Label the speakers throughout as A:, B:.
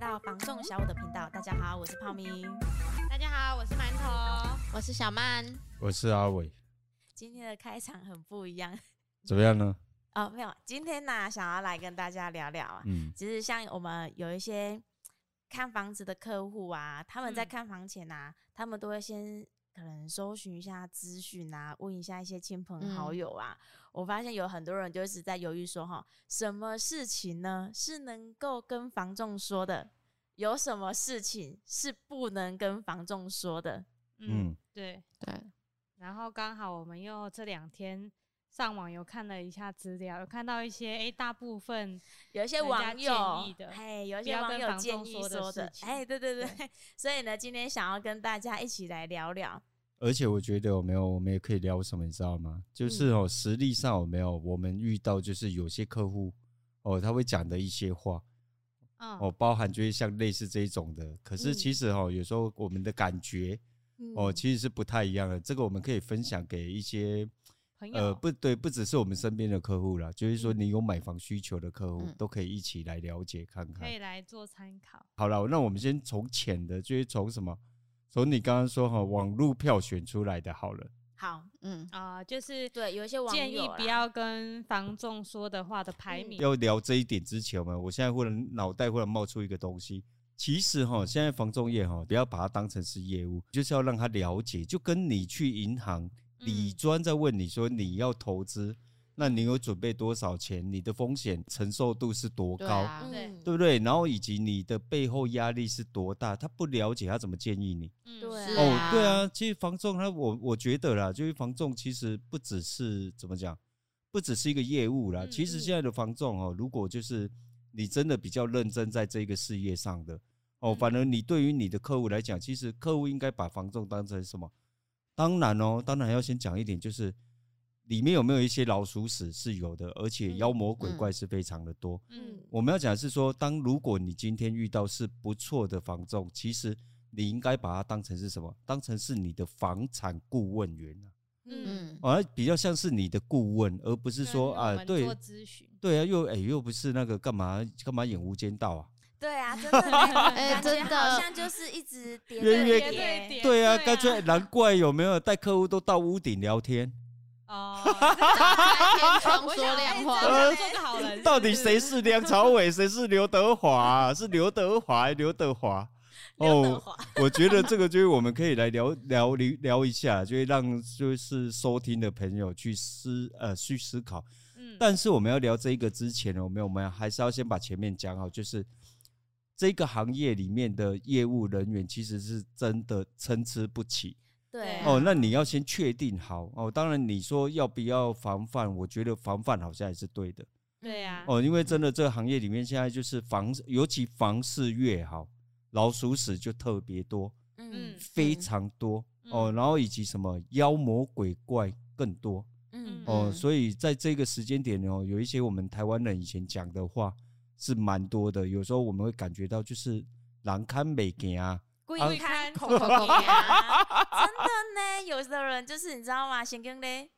A: 到房仲小五的频道。大家好，我是泡咪。
B: 大家好，我是馒头。
C: 我是小曼，
D: 我是阿伟，
A: 今天的开场很不一样
D: 怎么样呢？
A: 哦，没有，今天呢、想要来跟大家聊聊啊，
D: 嗯，
A: 其实像我们有一些看房子的客户啊，他们在
B: 嗯
A: 看房前啊，他们都会先可能搜寻一下资讯啊，问一下一些亲朋好
C: 嗯
A: 友啊。我发现有很多人就一直在犹豫说，哈，什么事情呢是能够跟房仲说的？有什么事情是不能跟房仲说的？
B: 嗯，
D: 嗯
B: 对。
C: 对，
B: 然后刚好我们又这两天上网有看了一下资料，有看到一些哎，诶大部分
A: 有一些
B: 人家
A: 网
B: 建
A: 友
B: 议的
A: 哎，有一
B: 不
A: 些
B: 要
A: 网
B: 跟
A: 友
B: 房
A: 建
B: 东
A: 议
B: 说的
A: 说
B: 事
A: 的，
B: 情
A: 哎，对对对， 所以呢，今天想要跟大家一起来聊聊，
D: 而且我觉得有没有我们也可以聊什么，你知道吗？就是哦，实力上有没有我们遇到就是有些客户哦，他会讲的一些话
B: 嗯
D: 哦，包含就是像类似这一种的，可是
A: 嗯
D: 其实哦，有时候我们的感觉哦，
A: 嗯
D: 其实是不太一样的。这个我们可以分享给一些
B: 朋友
D: 呃，不对，不只是我们身边的客户啦，就是说
B: 嗯
D: 你有买房需求的客户
C: 嗯
D: 都可以一起来了解看
B: 可
D: 看。
B: 以来做参考。
D: 好了，那我们先从浅的，就是从什么？从你刚刚说哈，网络票选出来的好了。
A: 好，
C: 嗯，
B: 啊、就是
A: 对，有一些网友
B: 建议
A: 啦
B: 不要跟房仲说的话的排
A: 嗯
B: 名。
D: 要聊这一点之前嘛，我现在忽然脑袋忽然冒出一个东西。其实哈，现在房仲业哈，不要把它当成是业务，就是要让他了解，就跟你去银行，
C: 嗯
D: 理专在问你说你要投资，那你有准备多少钱？你的风险承受度是多
C: 对
D: 高？
C: 啊，
B: 对
A: 嗯
D: 对不对？然后以及你的背后压力是多大？他不了解，他怎么建议你？
B: 嗯
A: 对
C: 是
D: 哦，
C: 啊
D: 对啊，其实房仲他我我觉得啦，就是房仲其实不只是怎么讲，不只是一个业务啦。
B: 嗯
D: 其实现在的房仲哦，如果就是你真的比较认真在这个事业上的哦，
B: 嗯
D: 反而你对于你的客户来讲，其实客户应该把房仲当成什么？当然哦，当然要先讲一点，就是里面有没有一些老鼠屎是有的，而且妖魔鬼
C: 嗯
D: 怪是非常的多。
B: 嗯
D: 我们要讲的是说，当如果你今天遇到是不错的房仲，其实你应该把它当成是什么？当成是你的房产顾问员啊，
B: 嗯，
C: 嗯，
D: 而、比较像是你的顾问，而不是说
B: 跟我
D: 啊，
B: 们
D: 对
B: 做咨询。
D: 对啊，又哎、又不是那个干嘛干嘛演无间道啊？
A: 对啊，真 的呢，
C: 哎
A: 感觉
C: 真的
A: 好像就是一 直叠
D: 越
A: 对
D: 越
A: 叠
B: 叠叠
D: 对啊，
B: 对啊
D: 干脆难怪有没有带客户都到屋顶聊天，
B: 哦，
C: 在天窗说亮
B: 我
C: 话
B: 想，哎真的做个好人，
D: 到底
B: 是
D: 谁是梁朝伟，谁是刘德华啊、是刘德华还是刘德华？ 哦
A: 刘德华，
D: 我觉得这个就是我们可以来聊聊聊聊一下，就会让就是收听的朋友去思呃去思考。
B: 嗯
D: 但是我们要聊这一个之前呢，我们我们还是要先把前面讲好，就是这个行业里面的业务人员其实是真 的参差不齐
A: 对啊
D: 哦。那你要先确定好哦。当然你说要不要防范，我觉得防范好像也是对的
B: 对啊
D: 哦，因为真的这个行业里面现在就是房，尤其房市越好，老鼠屎就特别多。
A: 嗯
D: 非
C: 嗯
D: 常多、
B: 嗯
D: 哦，然后以及什么妖魔鬼怪更多
A: 嗯
D: 哦，
C: 嗯
D: 所以在这个时间点哦，有一些我们台湾人以前讲的话是蛮多的，有时候我们会感觉到就是狼看美见啊，
B: 故
D: 啊
B: 意看
A: 口
C: 口口
A: 对啊 真的呢，有的人就是你知道吗？先跟咧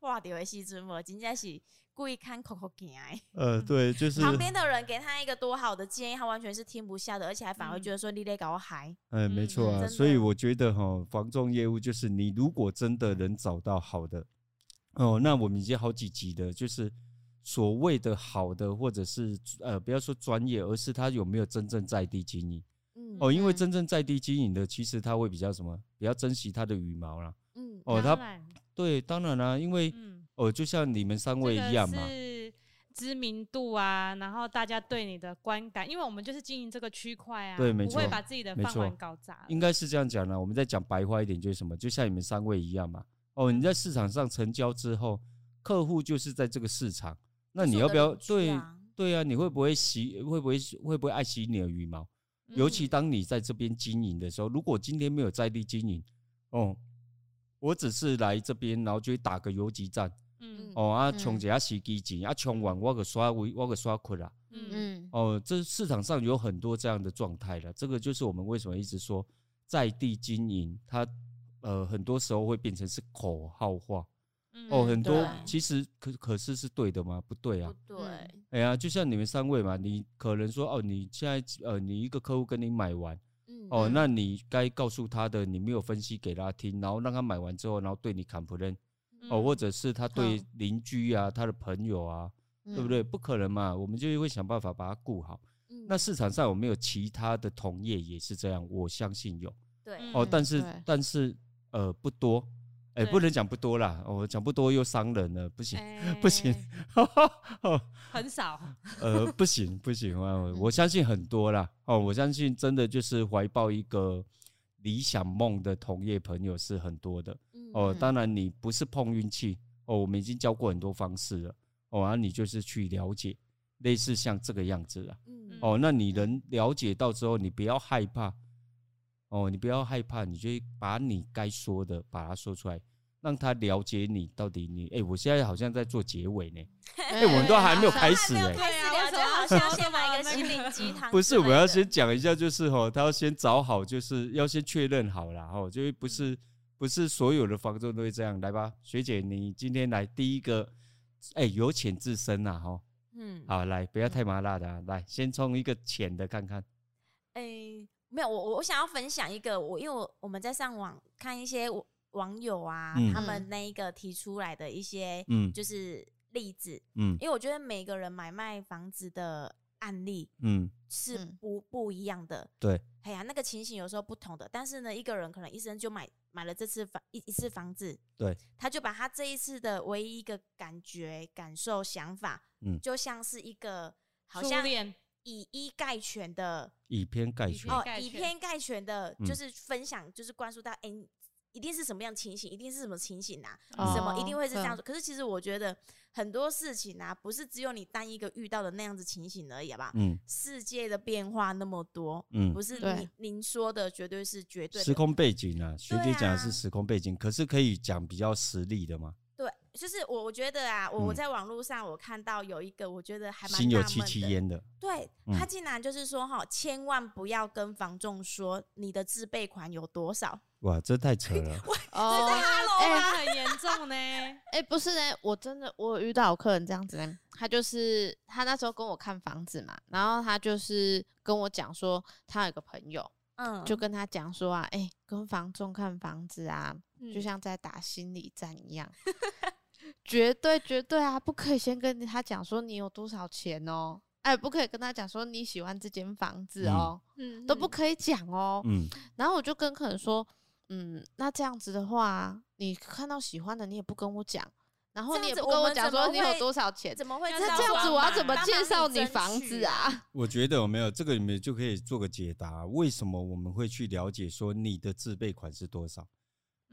A: 画掉的时阵，我真正是故意看口口行的。
D: 呃，对，就是
A: 旁边的人给他一个多好的建议，他完全是听不下的，而且还反而觉得说你在搞我嗨。
D: 嗯，没错
A: 嗯真
D: 啊，
A: 的
D: 所以我觉得哈、房仲业务就是你如果真的能找到好的，哦，那我们已经好几集的，就是所谓的好的，或者是呃，不要说专业，而是他有没有真正在地经营。
A: 嗯
D: 哦，因为
C: 嗯
D: 真正在地经营的，其实他会比较什么，比较珍惜他的羽毛啦。
A: 嗯
D: 哦，
B: 当
D: 他
B: 然
D: 对，当然啦、因为
B: 嗯，
D: 哦，就像你们三位一样嘛
B: 这个，是知名度啊，然后大家对你的观感，因为我们就是经营这个区块啊，
D: 对没
B: 不会
D: 错
B: 把自己的
D: 没
B: 饭
D: 错
B: 碗搞砸了。
D: 应该是这样讲啦。我们再讲白话一点，就是什么，就像你们三位一样嘛。哦，
A: 嗯
D: 你在市场上成交之后，客户就是在这个市场，
A: 嗯
D: 那你要不要？
A: 这是我的
D: 对
A: 邻居啊
D: 对啊，你会不会洗？会不会会不会爱惜你的羽毛？尤
A: 嗯
D: 其当你在这边经营的时候，如果今天没有在地经营，哦，我只是来这边，然后就打个游击战。
B: 嗯
D: 哦啊，
C: 嗯
D: 充一下洗机钱，啊，充完我个刷微，我个刷困啦。
B: 嗯
C: 嗯，
D: 哦，这市场上有很多这样的状态了，这个就是我们为什么一直说在地经营，它呃很多时候会变成是口号化。
B: 嗯
D: 哦，很多
A: 对
D: 其实可可是是对的吗？不对啊
A: 不，对，
D: 哎呀，就像你们三位嘛，你可能说哦，你现在呃，你一个客户跟你买完
A: 嗯，
D: 哦，
C: 嗯
D: 那你该告诉他的，你没有分析给他听，然后让他买完之后，然后对你 complain 哦，或者是他对
A: 嗯
D: 邻居啊、他的朋友啊，
C: 对
D: 对不？对？不可能嘛，我们就会想办法把它顾好。
A: 嗯
D: 那市场上有没有其他的同业也是这样？我相信有
A: 对，
D: 哦，
B: 嗯
D: 但是
C: 对
D: 但是呃不多，哎，
B: 对
D: 不能讲不多啦，我讲不多又伤人了，不行，不行 哦
B: 哎很少，
D: 呃，不行不行啊！我
B: 嗯
D: 我相信很多啦，哦，我相信真的就是怀抱一个理想梦的同业朋友是很多的哦。
C: 嗯
D: 当然你不是碰运气哦，我们已经教过很多方式了哦，然后你就是去了解，类似像这个样子啊。
A: 嗯
D: 哦，那你能了解到之后，你不要害怕，哦，你不要害怕，你就把你该说的把它说出来，让他了解你到底你，哎、我现在好像在做结尾呢，
C: 哎
D: 哎、我们都还没有开始
A: 没有
D: 哎、
A: 开始聊，就好像先买一个心灵鸡汤之类的，
D: 不是，我要先讲一下，就是哦，他要先找好，就是要先确认好啦，哦，就是
A: 嗯
D: 不是不是所有的房东都会这样，来吧，学姐，你今天来第一个，哎、由浅至深啊，哦，
A: 嗯，
D: 好，来，不要太麻辣的、啊，来，先冲一个浅的看看，
A: 诶、哎没有，我我我想要分享一个，我因为我我们在上网看一些网网友啊，
D: 嗯
A: 他们那一个提出来的一些
D: 嗯
A: 就是例子，
D: 嗯
A: 因为我觉得每个人买卖房子的案例
D: 嗯，
A: 是
C: 嗯
A: 不不一样的，
D: 对。
A: 哎呀，那个情形有时候不同的，但是呢，一个人可能一生就买买了这次房一一次房子，
D: 对，
A: 他就把他这一次的唯一一个感觉、感受、想法，
D: 嗯
A: 就像是一个好
B: 初
A: 像
B: 恋
A: 以一概全的
D: 以偏概
B: 以
D: 全
B: 偏
A: 哦
B: 概，全
A: 以偏概全的，
D: 嗯
A: 就是分享，就是灌输到，哎、你一定是什么样的情形，一定是什么情形啊，
C: 哦
D: 嗯
A: 什么一定会是这样
C: 对
A: 子。可是其实我觉得很多事情啊，不是只有你单一个遇到的那样子情形而已，好吧？
D: 嗯
A: 世界的变化那么多，
D: 嗯
A: 不，是
C: 对
A: 您您说的绝对是绝对的
D: 时空背景啊，学姐
A: 对啊
D: 讲的是时空背景，可是可以讲比较实力的嘛，
A: 对，就是我我觉得啊，我我
D: 嗯
A: 在网络上我看到有一个，我觉得还蛮
D: 心有
A: 纳
D: 戚
A: 闷
D: 戚
A: 的
D: 焉的，
A: 对
D: 嗯
A: 他竟然就是说哈，千万不要跟房仲说你的自备款有多少，
D: 哇，这太 扯了，
C: 哦，
B: 哎，
C: 哎
B: 很严重呢。
C: 哎，不是呢，我真的我有遇到有客人这样子呢，他就是他那时候跟我看房子嘛，然后他就是跟我讲说，他有一个朋友
A: 嗯，
C: 就跟他讲说啊，哎，跟房仲看房子啊，就
B: 嗯
C: 像在打心理战一样。 绝对绝对啊！不可以先跟他讲说你有多少钱哦，哎，不可以跟他讲说你喜欢这间房子
D: 嗯
C: 哦，
B: 嗯
C: 都不可以讲哦。
D: 嗯
C: 然后我就跟客人说，嗯，那这样子的话，啊你看到喜欢的你也不跟我讲，然后
A: 这样
C: 你也
A: 子
C: 不
A: 我
C: 跟我
A: 们
C: 讲
A: 怎么
C: 说你有
A: 会
C: 多少钱，
A: 怎么会
B: 那
A: 知
C: 那
A: 道
C: 这样子我要
A: 帮
C: 怎么
A: 帮
C: 介
A: 忙
C: 绍你
A: 争
C: 房
A: 取
C: 子？啊？
D: 我觉得有没有这个，你们就可以做个解答，为什么我们会去了解说你的自备款是多少？
B: 嗯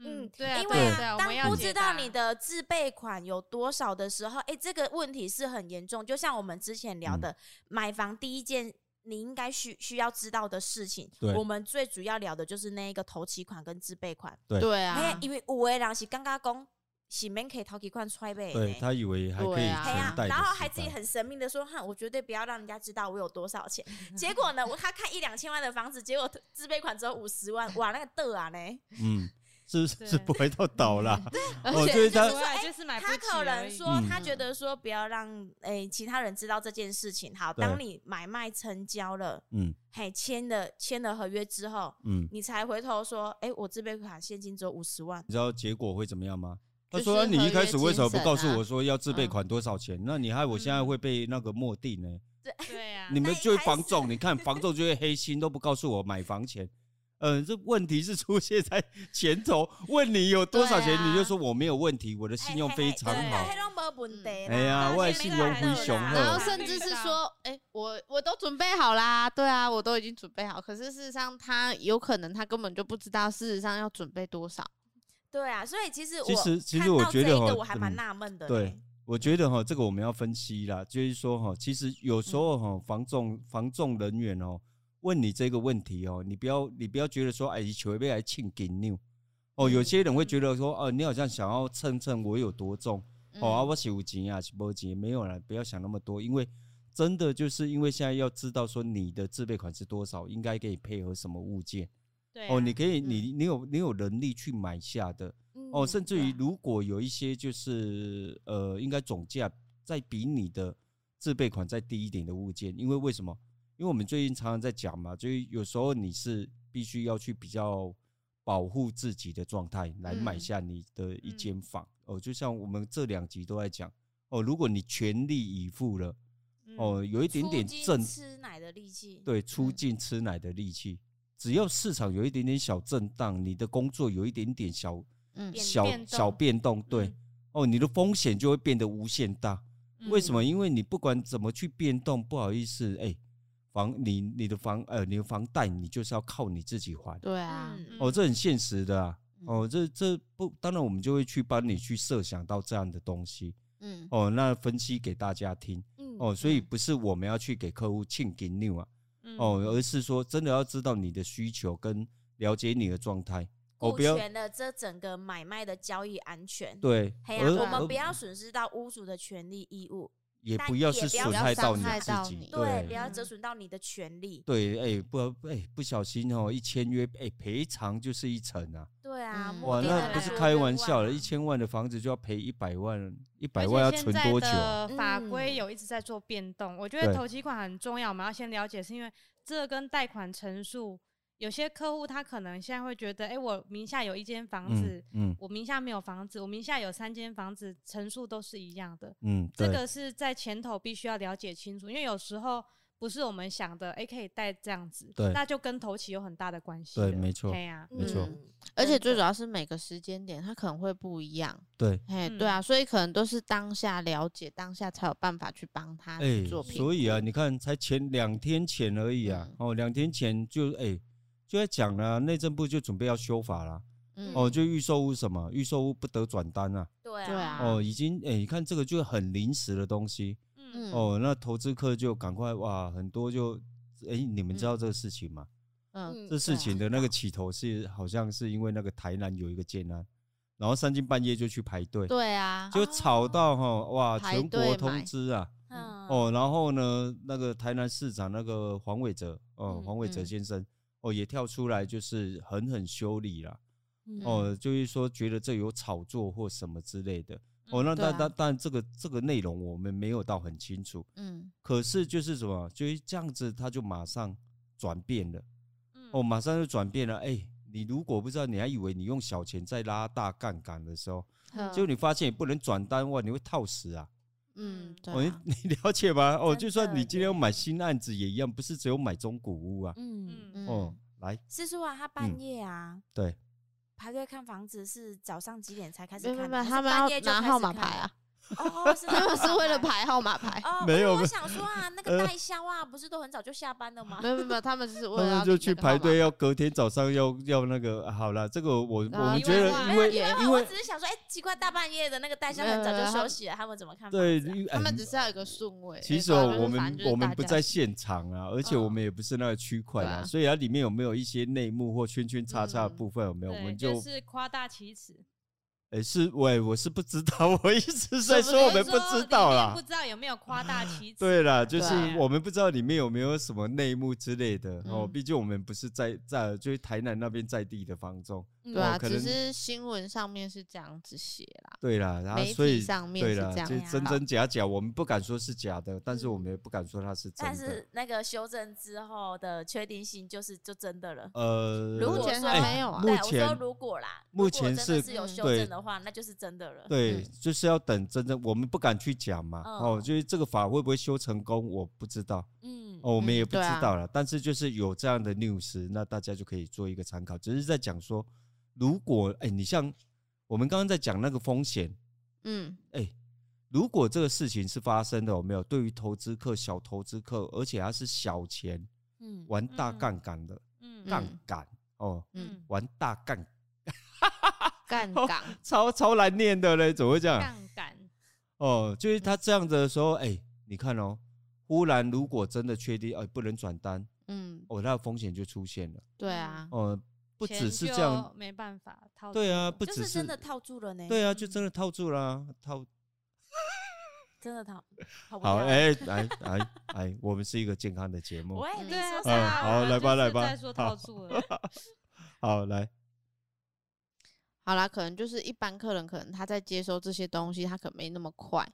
A: 嗯，
B: 对啊，
A: 因
B: 对
A: 为
B: 啊对啊
A: 啊，
B: 我们要
A: 当不
B: 解
A: 知道
B: 答
A: 你的自备款有多少的时候，哎、这个问题是很严重。就像我们之前聊
D: 嗯
A: 的，买房第一件你应该需需要知道的事情
D: 对，
A: 我们最主要聊的就是那一个头期款跟自备款。
D: 对
C: 对
A: 哎、
C: 啊，
A: 因为有的人是刚刚讲是免给头期款出来呗。
D: 对他以为还可以
C: 对啊
A: 哎呀
D: 存贷，的
A: 然后
D: 时
A: 还自己
D: 代
A: 很神秘的说：“哼，我绝对不要让人家知道我有多少钱。”结果呢，我他看一两千万的房子，结果自备款只有五十万，哇，那个的啊呢！
D: 嗯，是
B: 对
D: 是不会到倒啦，
C: 而
D: 我
C: 且
D: 觉得
B: 对
D: 他
A: 说哎
B: 就是买不
A: 他
B: 起
A: 可
B: 而
A: 能
B: 已
A: 说，
D: 嗯
A: 他觉得说不要让诶、其他人知道这件事情。好，
D: 对
A: 当你买卖成交了，
D: 嗯
A: 嘿，签了签了合约之后，
D: 嗯，
A: 你才回头说，哎、我这备款现金只有五十万。
D: 你知道结果会怎么样 吗？他
C: 就
D: 说、啊
C: 是
D: 你
C: 合
D: 一开
C: 约
D: 始为
C: 精
D: 什么不
C: 神
D: 告诉
C: 啊
D: 我说要自备
C: 嗯
D: 款多少钱？那你害我现在
B: 嗯
D: 会被那个末地呢？
B: 对啊，
D: 你们
A: 那一
D: 就会
A: 开
D: 房
A: 始
D: 仲，你看房仲就会黑心，都不告诉我买房钱。呃，这问题是出现在前头，问你有多少钱，
C: 对啊
D: 你就说我没有问题，我的信用非常
B: 对
D: 好。
A: 黑龙没问题啦。
D: 哎呀，
B: 那
D: 外
B: 现
D: 信
B: 在
D: 用
B: 还
D: 非
B: 有
D: 雄
B: 啦
C: 然后
D: 厚
B: 他。
C: 甚
B: 遇
C: 至是
B: 到
C: 说，哎、我我都准备好啦，对啊，我都已经准备好。可是事实上，他有可能他根本就不知道，事实上要准备多少。
A: 对啊，所以其实我
D: 其实其实
A: 看
D: 我
A: 到
D: 觉
A: 这
D: 得
A: 一个
D: 哦
A: 我还
D: 嗯
A: 蛮纳闷的呢、
D: 对我觉得哈，这个我们要分析啦，就是说哈，其实有时候哈，房仲房仲人员哦，问你这个问题哦，你不要你不要觉得说，哎，球被来庆给你哦，
A: 嗯
D: 有些人会觉得说，哦，你好像想要蹭蹭我有多重。
C: 嗯、
D: 哦啊，我是有钱啊，是没钱，没有啦，不要想那么多，因为真的就是因为现在要知道说你的自备款是多少，应该可以配合什么物件、
B: 对
D: 哦，
B: 啊
D: 你可以，你你有你有能力去买下的，哦，甚至
A: 嗯对
D: 于
A: 啊
D: 如果有一些就是呃，应该总价再比你的自备款再低一点的物件，因为为什么？因为我们最近常常在讲嘛，就是有时候你是必须要去比较保护自己的状态来买
A: 嗯
D: 下你的一
B: 嗯
D: 间房、哦，就像我们这两集都在讲哦，如果你全力以赴了哦，有一点点
A: 嗯出击
D: 震
A: 吃奶的力气，
D: 对出
A: 嗯
D: 尽吃奶的力气。只要市场有一点点小震荡，你的工作有一点点小
C: 嗯
A: 变
D: 小
B: 变
D: 小
B: 动
D: 变动，对、
A: 嗯
D: 哦，你的风险就会变得无限大。为什
B: 嗯
D: 么？因为你不管怎么去变动，不好意思，哎、房你你的房呃你的房贷你就是要靠你自己还。
C: 对啊，
A: 嗯
D: 哦，这很现实的啊。哦，
C: 嗯
D: 这这不，当然我们就会去帮你去设想到这样的东西
C: 嗯，
D: 哦，那分析给大家听
A: 嗯
D: 哦，所以
A: 嗯
D: 不是我们要去给客户庆给 new 啊，
B: 嗯
D: 哦，而是说真的要知道你的需求跟了解你的状态哦，
A: 顾
D: 不要
A: 全了这整个买卖的交易安全。，
D: 对，
A: 嘿呀、
D: 而
A: 我们
D: 而
A: 不要损失到屋主的权利义务，
D: 也
A: 但
D: 不要
A: 也
D: 是
A: 不要
D: 损
A: 伤
D: 害到你
C: 害
D: 自
C: 到
D: 己
C: 你，
A: 对，不要
B: 嗯
A: 折损到你的权利。
D: 对，哎、不不，哎、不小心哦，一签约，哎、赔偿就是一成啊！
A: 对啊，
C: 嗯
A: 莫
D: 哇，
A: 迪
D: 那
A: 的
D: 不
A: 来
D: 是
A: 说
D: 开
A: 就
D: 玩
A: 哇
D: 笑了，一千万的房子就要赔一百万，一
B: 而
D: 百
B: 且
D: 万要
B: 现
D: 存
B: 在
D: 多久、啊？
B: 的法规
A: 嗯
B: 有一直在做变动，我觉得
D: 对
B: 投期款很重要，我们要先了解，是因为这跟贷款陈述，有些客户他可能现在会觉得，哎、我名下有一间房子，
D: 嗯
B: 我名下没有房子，我名下有三间房子，陈述都是一样的。
D: 嗯，
B: 这
D: 对，
B: 个是在前头必须要了解清楚，因为有时候不是我们想的，哎、可以贷这样子，
D: 对
B: 那就跟头期有很大的关系了。
D: 对没错
B: 对呀、
D: 没错
A: 嗯
C: 而且
A: 真
C: 最
A: 的
C: 主要是每个时间点它可能会不一样，
D: 对，
C: 嘿，对
B: 嗯
C: 啊，所以可能都是当下了解，当下才有办法去帮他
D: 哎、
C: 去做评估。
D: 所以啊，你看才前两天前而已啊，
C: 嗯
D: 哦，两天前就哎、就在讲了、啊内政部就准备要修法啦，
C: 嗯
D: 哦，就预售屋什么，预售屋不得转单啊，
A: 对
C: 对啊
D: 哦，已经哎、你看这个就很临时的东西，
B: 嗯，
D: 哦，那投资客就赶快哇，很多就哎、你们知道这个事情吗？
C: 嗯，
D: 这
A: 啊
D: 事情
C: 的
D: 的那个起头是好像是因为那个台南有一个建安，然后三更半夜就去排队，
C: 对啊，
D: 就吵到哈哇
C: 排
D: 全国
C: 队
D: 通
C: 买
D: 知啊
A: 嗯
D: 哦，然后呢那个台南市长那个黄伟哲哦
A: 嗯
D: 黄伟哲
C: 嗯
D: 先生哦也跳出来就是狠狠修理啦
A: 嗯
D: 哦，就是说觉得这有炒作或什么之类的哦，
B: 嗯
D: 那
C: 对
D: 但
C: 啊
D: 但但这个这个内容我们没有到很清楚，
C: 嗯
D: 可是就是什么就是这样子他就马上转变了。
B: 嗯
D: 哦，马上就转变了。哎、你如果不知道，你还以为你用小钱在拉大杠杆的时候，
C: 嗯
D: 结果你发现也不能转单哇，你会套死啊！
C: 嗯，对
D: 哦，你
C: 啊，
D: 你了 解吗？哦，
A: 真
D: 就算
A: 的
D: 你今天
A: 耶
D: 要买新案子也一样，不是只有买中古屋啊。
A: 嗯，
C: 嗯
D: 哦，来，
A: 师叔啊，他
D: 嗯
A: 半夜啊
D: 对，
A: 排队看房子是早上几点才开始
C: 没
A: 看
C: 没
A: 的？还
C: 没，
A: 是
C: 他们
A: 半夜
C: 要
A: 就
C: 拿
A: 开始
C: 号码
A: 看
C: 牌
A: 的
C: 啊，
A: 哦，是
C: 他
A: 拿
C: 们是
A: 号
C: 为了
A: 码牌。
C: 排号码牌。
A: 哦，
D: 没
A: 因为
D: 有
A: 我
D: 没
A: 想说啊，那
D: 呃
A: 个代销啊，不是都很早就下班了吗 哦
C: 没？有没有没有，他们是为
D: 他
C: 了要
D: 们就
C: 领
D: 去
C: 啊那个号
D: 排队，
C: 码
D: 要隔天早上要要那个。啊好了，这个我我
C: 然后
D: 们
C: 一
D: 觉
B: 万
D: 得，
B: 块
D: 因为
C: 也
A: 没有
D: 因
A: 我
D: 为
A: 只是想说，哎，奇怪，大半夜的那个代销
C: 没有
A: 很早
C: 没
A: 就
C: 有他
A: 休
C: 们
A: 息了，他们怎么看房
D: 对，
A: 子啊
D: 因为
C: 他们
D: 哎
C: 只是要有一个顺位。
D: 其实
C: 反
D: 哦
C: 正
D: 我
C: 反
D: 们
C: 正就是
D: 我们
C: 大
D: 不
C: 家
D: 在现场啊，而且我
A: 嗯
D: 们也不是那个区块
C: 对
D: 啊，
C: 啊
D: 所以它里面有没有一些内幕或圈圈叉叉的
C: 嗯
D: 部分有没有，我
B: 对，
D: 们
B: 就
D: 就是
B: 夸大其词。
D: 诶是喂，我是不知道， 我一直在
B: 不
D: 说我
B: 是
D: 们不知道
B: 里面
D: 啦啊
B: 不。知道有没有夸大其词。
D: 对啦，就是
C: 对啊
D: 我们不知道里面有没有什么内幕之类的哦，
C: 嗯
D: 毕竟我们不是在在就是台南那边在地的房仲。
C: 对啊，
D: 可
C: 只
D: 能
C: 是新闻上面是这样子写啦。
D: 对啦，然后
C: 媒体
D: 啊所以
C: 上面
D: 对
C: 是
D: 啦，
C: 这样嗯
D: 就
A: 子啊
D: 真真假假，我们不敢说是假的，但是我们也不敢说它是真
A: 但
D: 的。
A: 是那个修正之后的确定性就是就真的了。
D: 呃，
A: 如
C: 目
A: 果
C: 前
A: 说
C: 还没有啊
D: 目
A: 对，我说
D: 前
A: 如果啦，
D: 目
A: 如果真
D: 前
A: 的
D: 是
A: 是有
C: 嗯
A: 修
D: 对
A: 正的话，那就是真的了。
D: 对
C: 嗯，
D: 就是要等真正我们不敢去讲嘛。哦，
A: 嗯
D: 就是这个法会不会修成功，我不知道，
A: 嗯，
D: 哦，我们
C: 嗯
D: 也不知
C: 对啊
D: 道了。但是就是有这样的 news，那大家就可以做一个参考。只是在讲说，如果哎、你像我们刚刚在讲那个风险，
C: 嗯，
D: 哎、如果这个事情是发生的，有没有？对于投资客、小投资客，而且还是小钱
A: 嗯，
D: 玩大
B: 嗯
D: 杠杆的
B: 嗯
D: 杠
C: 嗯
D: 杆哦，
B: 嗯，
D: 玩大杠，
C: 干
D: 哦
C: 港，
D: 超超难念的嘞，怎么会这样？
B: 杠杆，
D: 哦，就是他这样子的时候，哎、你看哦，忽然如果真的确定，哎、不能转单，
C: 嗯，
D: 哦，那风险就出现了。
C: 对啊，
D: 哦，不
B: 钱
D: 只是这样
B: 就，没办法套。
D: 对啊，，不
A: 就
D: 只
A: 是
D: 是
A: 真的套住了呢。
D: 对啊，
B: 嗯
D: 就真的套住啦、套
A: 真 的套，好不
D: 好，
A: 掉
D: 哎、来来 来，我们是一个健康的节目，
A: 喂，
B: 哎
A: 你
C: 对啊
A: 说
D: 嗯
A: 啥？
D: 好来吧来吧
B: 再说套住了，
D: 好来，
C: 好啦，可能就是一般客人，可能他在接收这些东西，他可能没那么快。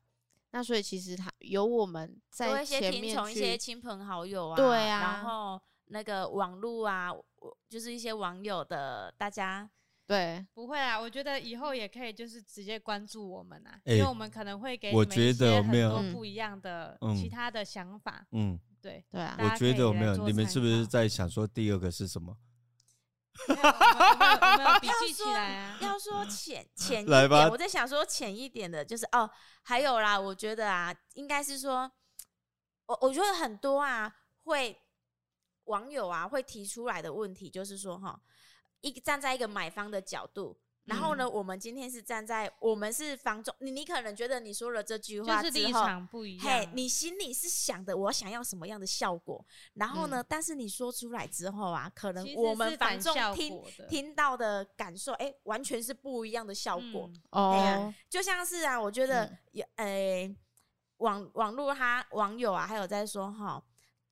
C: 那所以其实他有我们
A: 多
C: 在
A: 一些
C: 前
A: 听
C: 面
A: 从一些
C: 去，
A: 亲朋好友啊，
C: 对啊
A: 然后那个网络啊，我就是一些网友的大家，
C: 对，
B: 不会啊啦，我觉得以后也可以就是直接关注我们啊，
D: 哎
B: 因为我们可能会给
D: 我
B: 你们一
D: 觉得
B: 些
D: 有没
B: 很
D: 有
B: 多
C: 嗯
B: 不一样的、
D: 嗯
B: 其他的想法。
D: 嗯，
B: 对，
C: 对啊
B: 大，
D: 我
B: 家
D: 觉得
B: 可以
D: 有没
B: 来
D: 有？
B: 做
D: 你们
B: 参
D: 是不是
B: 考
D: 在想说第二个是什么？
B: 没有我们我们我们有笔记起来啊。
A: 要说浅浅一
D: 来
A: 点，
D: 吧
A: 我在想说浅一点的，就是哦，还有啦，我觉得啊，应该是说，我我觉得很多啊，会网友啊会提出来的问题，就是说哈，一个站在一个买方的角度。然后呢，
B: 嗯
A: 我们今天是站在我们是房中，你你可能觉得你说了这句
B: 就
A: 话
B: 是
A: 之
B: 立
A: 后，
B: 场不一样啊。
A: 嘿，你心里是想的，我想要什么样的效果，然后呢，但是你说出来之后啊，可能
B: 嗯其实
A: 我
B: 是
A: 们
B: 反
A: 房众
B: 效
A: 听
B: 果的
A: 听到的感受，哎、完全是不一样的效果。
B: 嗯
A: 哎呀
C: 哦，
A: 就像是啊，我觉得
C: 嗯
A: 有诶、网网络他网友啊，还有在说哈，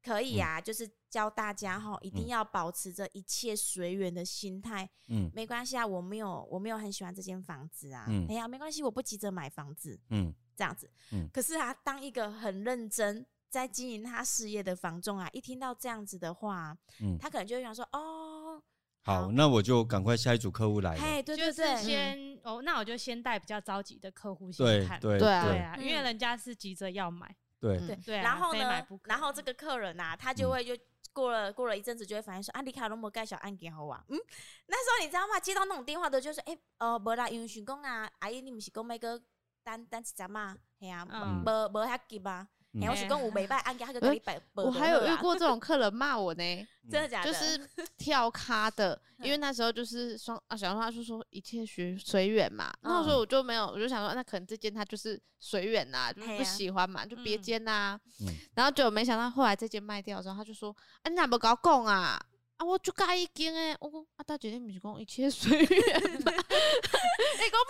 A: 可以
B: 嗯
A: 啊，就是教大家哈，一定
D: 嗯
A: 要保持着一切随缘的心态，
D: 嗯
A: 没关系啊，我没有我没有很喜欢这间房子啊，
D: 嗯
A: 哎呀，没关系，我不急着买房子，
D: 嗯，
A: 这样子。
D: 嗯
A: 可是啊，当一个很认真在经营他事业的房仲啊，一听到这样子的话啊，
D: 嗯
A: 他可能就会想说，哦，
D: 好，
A: 好
D: 那我就赶快下一组客户来了。
A: 嘿，对
B: 就
A: 对
B: 是
A: 对，
B: 先哦，那我就先带比较着急的客户先
D: 对
B: 看。
D: 对
C: 对啊
B: 对啊，因为
A: 嗯
B: 人家是急着要买。
D: 对
C: 嗯
A: 对
B: 对啊，
A: 然后
B: 非买
A: 呢
B: 不，可
A: 然后这个客人啊，他
D: 嗯
A: 就会就。过了过了一阵子，就会反映说啊，你卡龙摩盖小案给好啊，嗯，那时候你知道吗？接到那种电话的，就说哎、呃，无啦，因为想讲啊，阿姨你不是讲买个单单一只嘛，嘿啊，
B: 嗯
A: 无无遐急啊，
D: 嗯
A: 嘿，我是讲有袂歹案件，他个给你 摆，
C: 我还有遇，过这种客人骂我呢，
A: 真的假的？
C: 就是跳咖的，因为那时候就是双啊，小花就说一切随随缘嘛。那时候我就没有，我就想说，那可能这间他就是随缘呐，就
A: 嘿
C: 不
A: 啊
C: 喜欢嘛，就别
B: 嗯
C: 间呐
D: 嗯。
C: 然后就没想到后来这间卖掉之后，他就说：“啊，你哪么搞讲啊？啊，我就盖一间诶。”我讲：“啊，大姐，你不是讲一切随缘嘛？你讲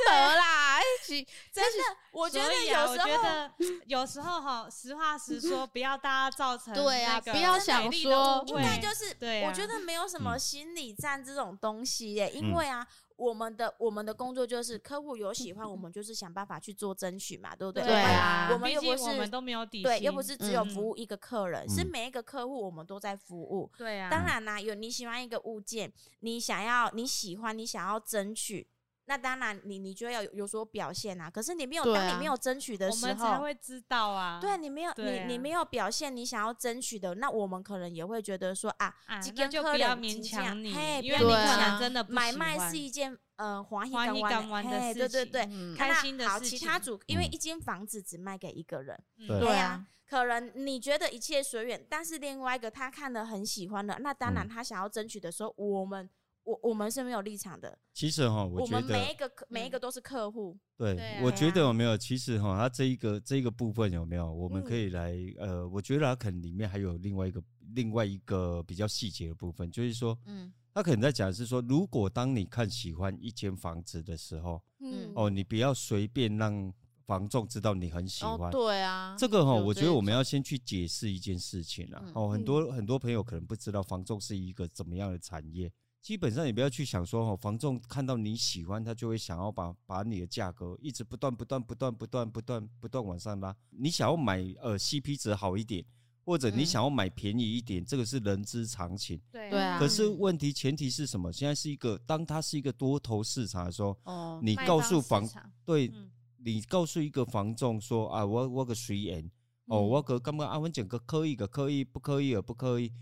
C: 没啦，一起
A: 真的，我觉得
B: 所以啊
A: 有
B: 我
A: 时候
B: 觉得有时候哈，实 话实说，不要大家造成
C: 对啊
B: 那个
C: 不要
B: 真的
C: 想
B: 美丽的
C: 说
B: 误
A: 应
B: 会
A: 该就是，
B: 对
A: 我
B: 啊
A: 觉得没有什么
D: 嗯
A: 心理战这种东西耶，因
D: 嗯
A: 为啊，我们的我们的工作就是客户有喜欢，我们就是想办法去做争取嘛，对不对？
C: 对啊
A: 我们又
B: 毕竟
A: 不
B: 我们
A: 是
B: 都没有底薪，
A: 对，又不是只有
C: 嗯
A: 服务一个客人，是
D: 嗯
A: 每一个客户我们都在服务。
B: 对啊，
A: 当然啦、有你喜欢一个物件，你想要你喜欢，你想要争取。那当然你，你就要有有所表现啊。可是你没有，
C: 对
A: 当
C: 啊
A: 你没有争取的
B: 我
A: 时
B: 们
A: 候，
B: 才会知道啊。
A: 对你没有，
B: 对
A: 你你
B: 啊
A: 没有表现你想要争取的，那我们可能也会觉得说啊，
B: 啊
A: 这，
B: 那
A: 间
B: 就
A: 客
B: 不要
A: 人
B: 勉
A: 真正
B: 强你
A: 嘿，
B: 因
A: 不
B: 为
A: 要
C: 对
B: 你可
A: 勉
B: 能
A: 强
C: 啊
B: 真的不
A: 买
B: 喜
A: 卖是
B: 欢
A: 一件呃欢喜
B: 欢
A: 港
B: 喜
A: 湾
B: 港湾的
A: 嘿
B: 事
A: 对对
B: 情
A: 对。
C: 嗯
B: 开
A: 那
B: 心的
A: 好，
B: 事
A: 其
B: 情
A: 他组，因为
D: 嗯
A: 一间房子只卖给一个人，
B: 嗯
D: 对
A: 嘿
C: 对
A: 啊
C: 啊，
A: 可能你觉得一切随缘，但是另外一个他看了很喜欢的，那当然
D: 嗯
A: 他想要争取的时候，我们我我们是没有立场的，
D: 其实哈，
A: 我
D: 觉
A: 们
D: 得
A: 每一个客每一
B: 嗯
A: 个都是客户，
D: 对
B: 对，
D: 我
A: 啊
D: 觉得有没有？其实哈，它这一个这一个部分有没有？我们可
A: 嗯
D: 以来、呃，我觉得它可能里面还有另外一个另外一个比较细节的部分，就是说，
C: 嗯，
D: 他可能在讲的是说，如果当你看喜欢一间房子的时候，
A: 嗯
C: 嗯，
D: 哦，你不要随便让房仲知道你很喜
C: 哦
D: 欢。，
C: 对啊，
D: 这个哈，
C: 有
D: 我
C: 这
D: 觉得
C: 一
D: 我们要先去解释一件事情啊
C: 嗯。
D: 哦，很
A: 嗯
D: 多很多朋友可能不知道房仲是一个怎么样的产业。基本上你不要去想说哦，房仲看到你喜欢，他就会想要把把你的价格一直不断不断不断不断不断不断往上拉。你想要买呃 CP 值好一点，或者你
C: 嗯
D: 想要买便宜一点，这个是人之常情。
B: 对
C: 对啊
D: 可是问题前提是什么？现在是一个当它是一个多头市场的时候，
C: 哦，
D: 你
B: 卖
D: 告
B: 方
D: 诉
B: 市
D: 房
B: 场
D: 对
B: 嗯
D: 你告诉一个房仲说啊，我我个随缘哦，
A: 嗯
D: 我个刚刚阿文整个可以个可以不可以而不可以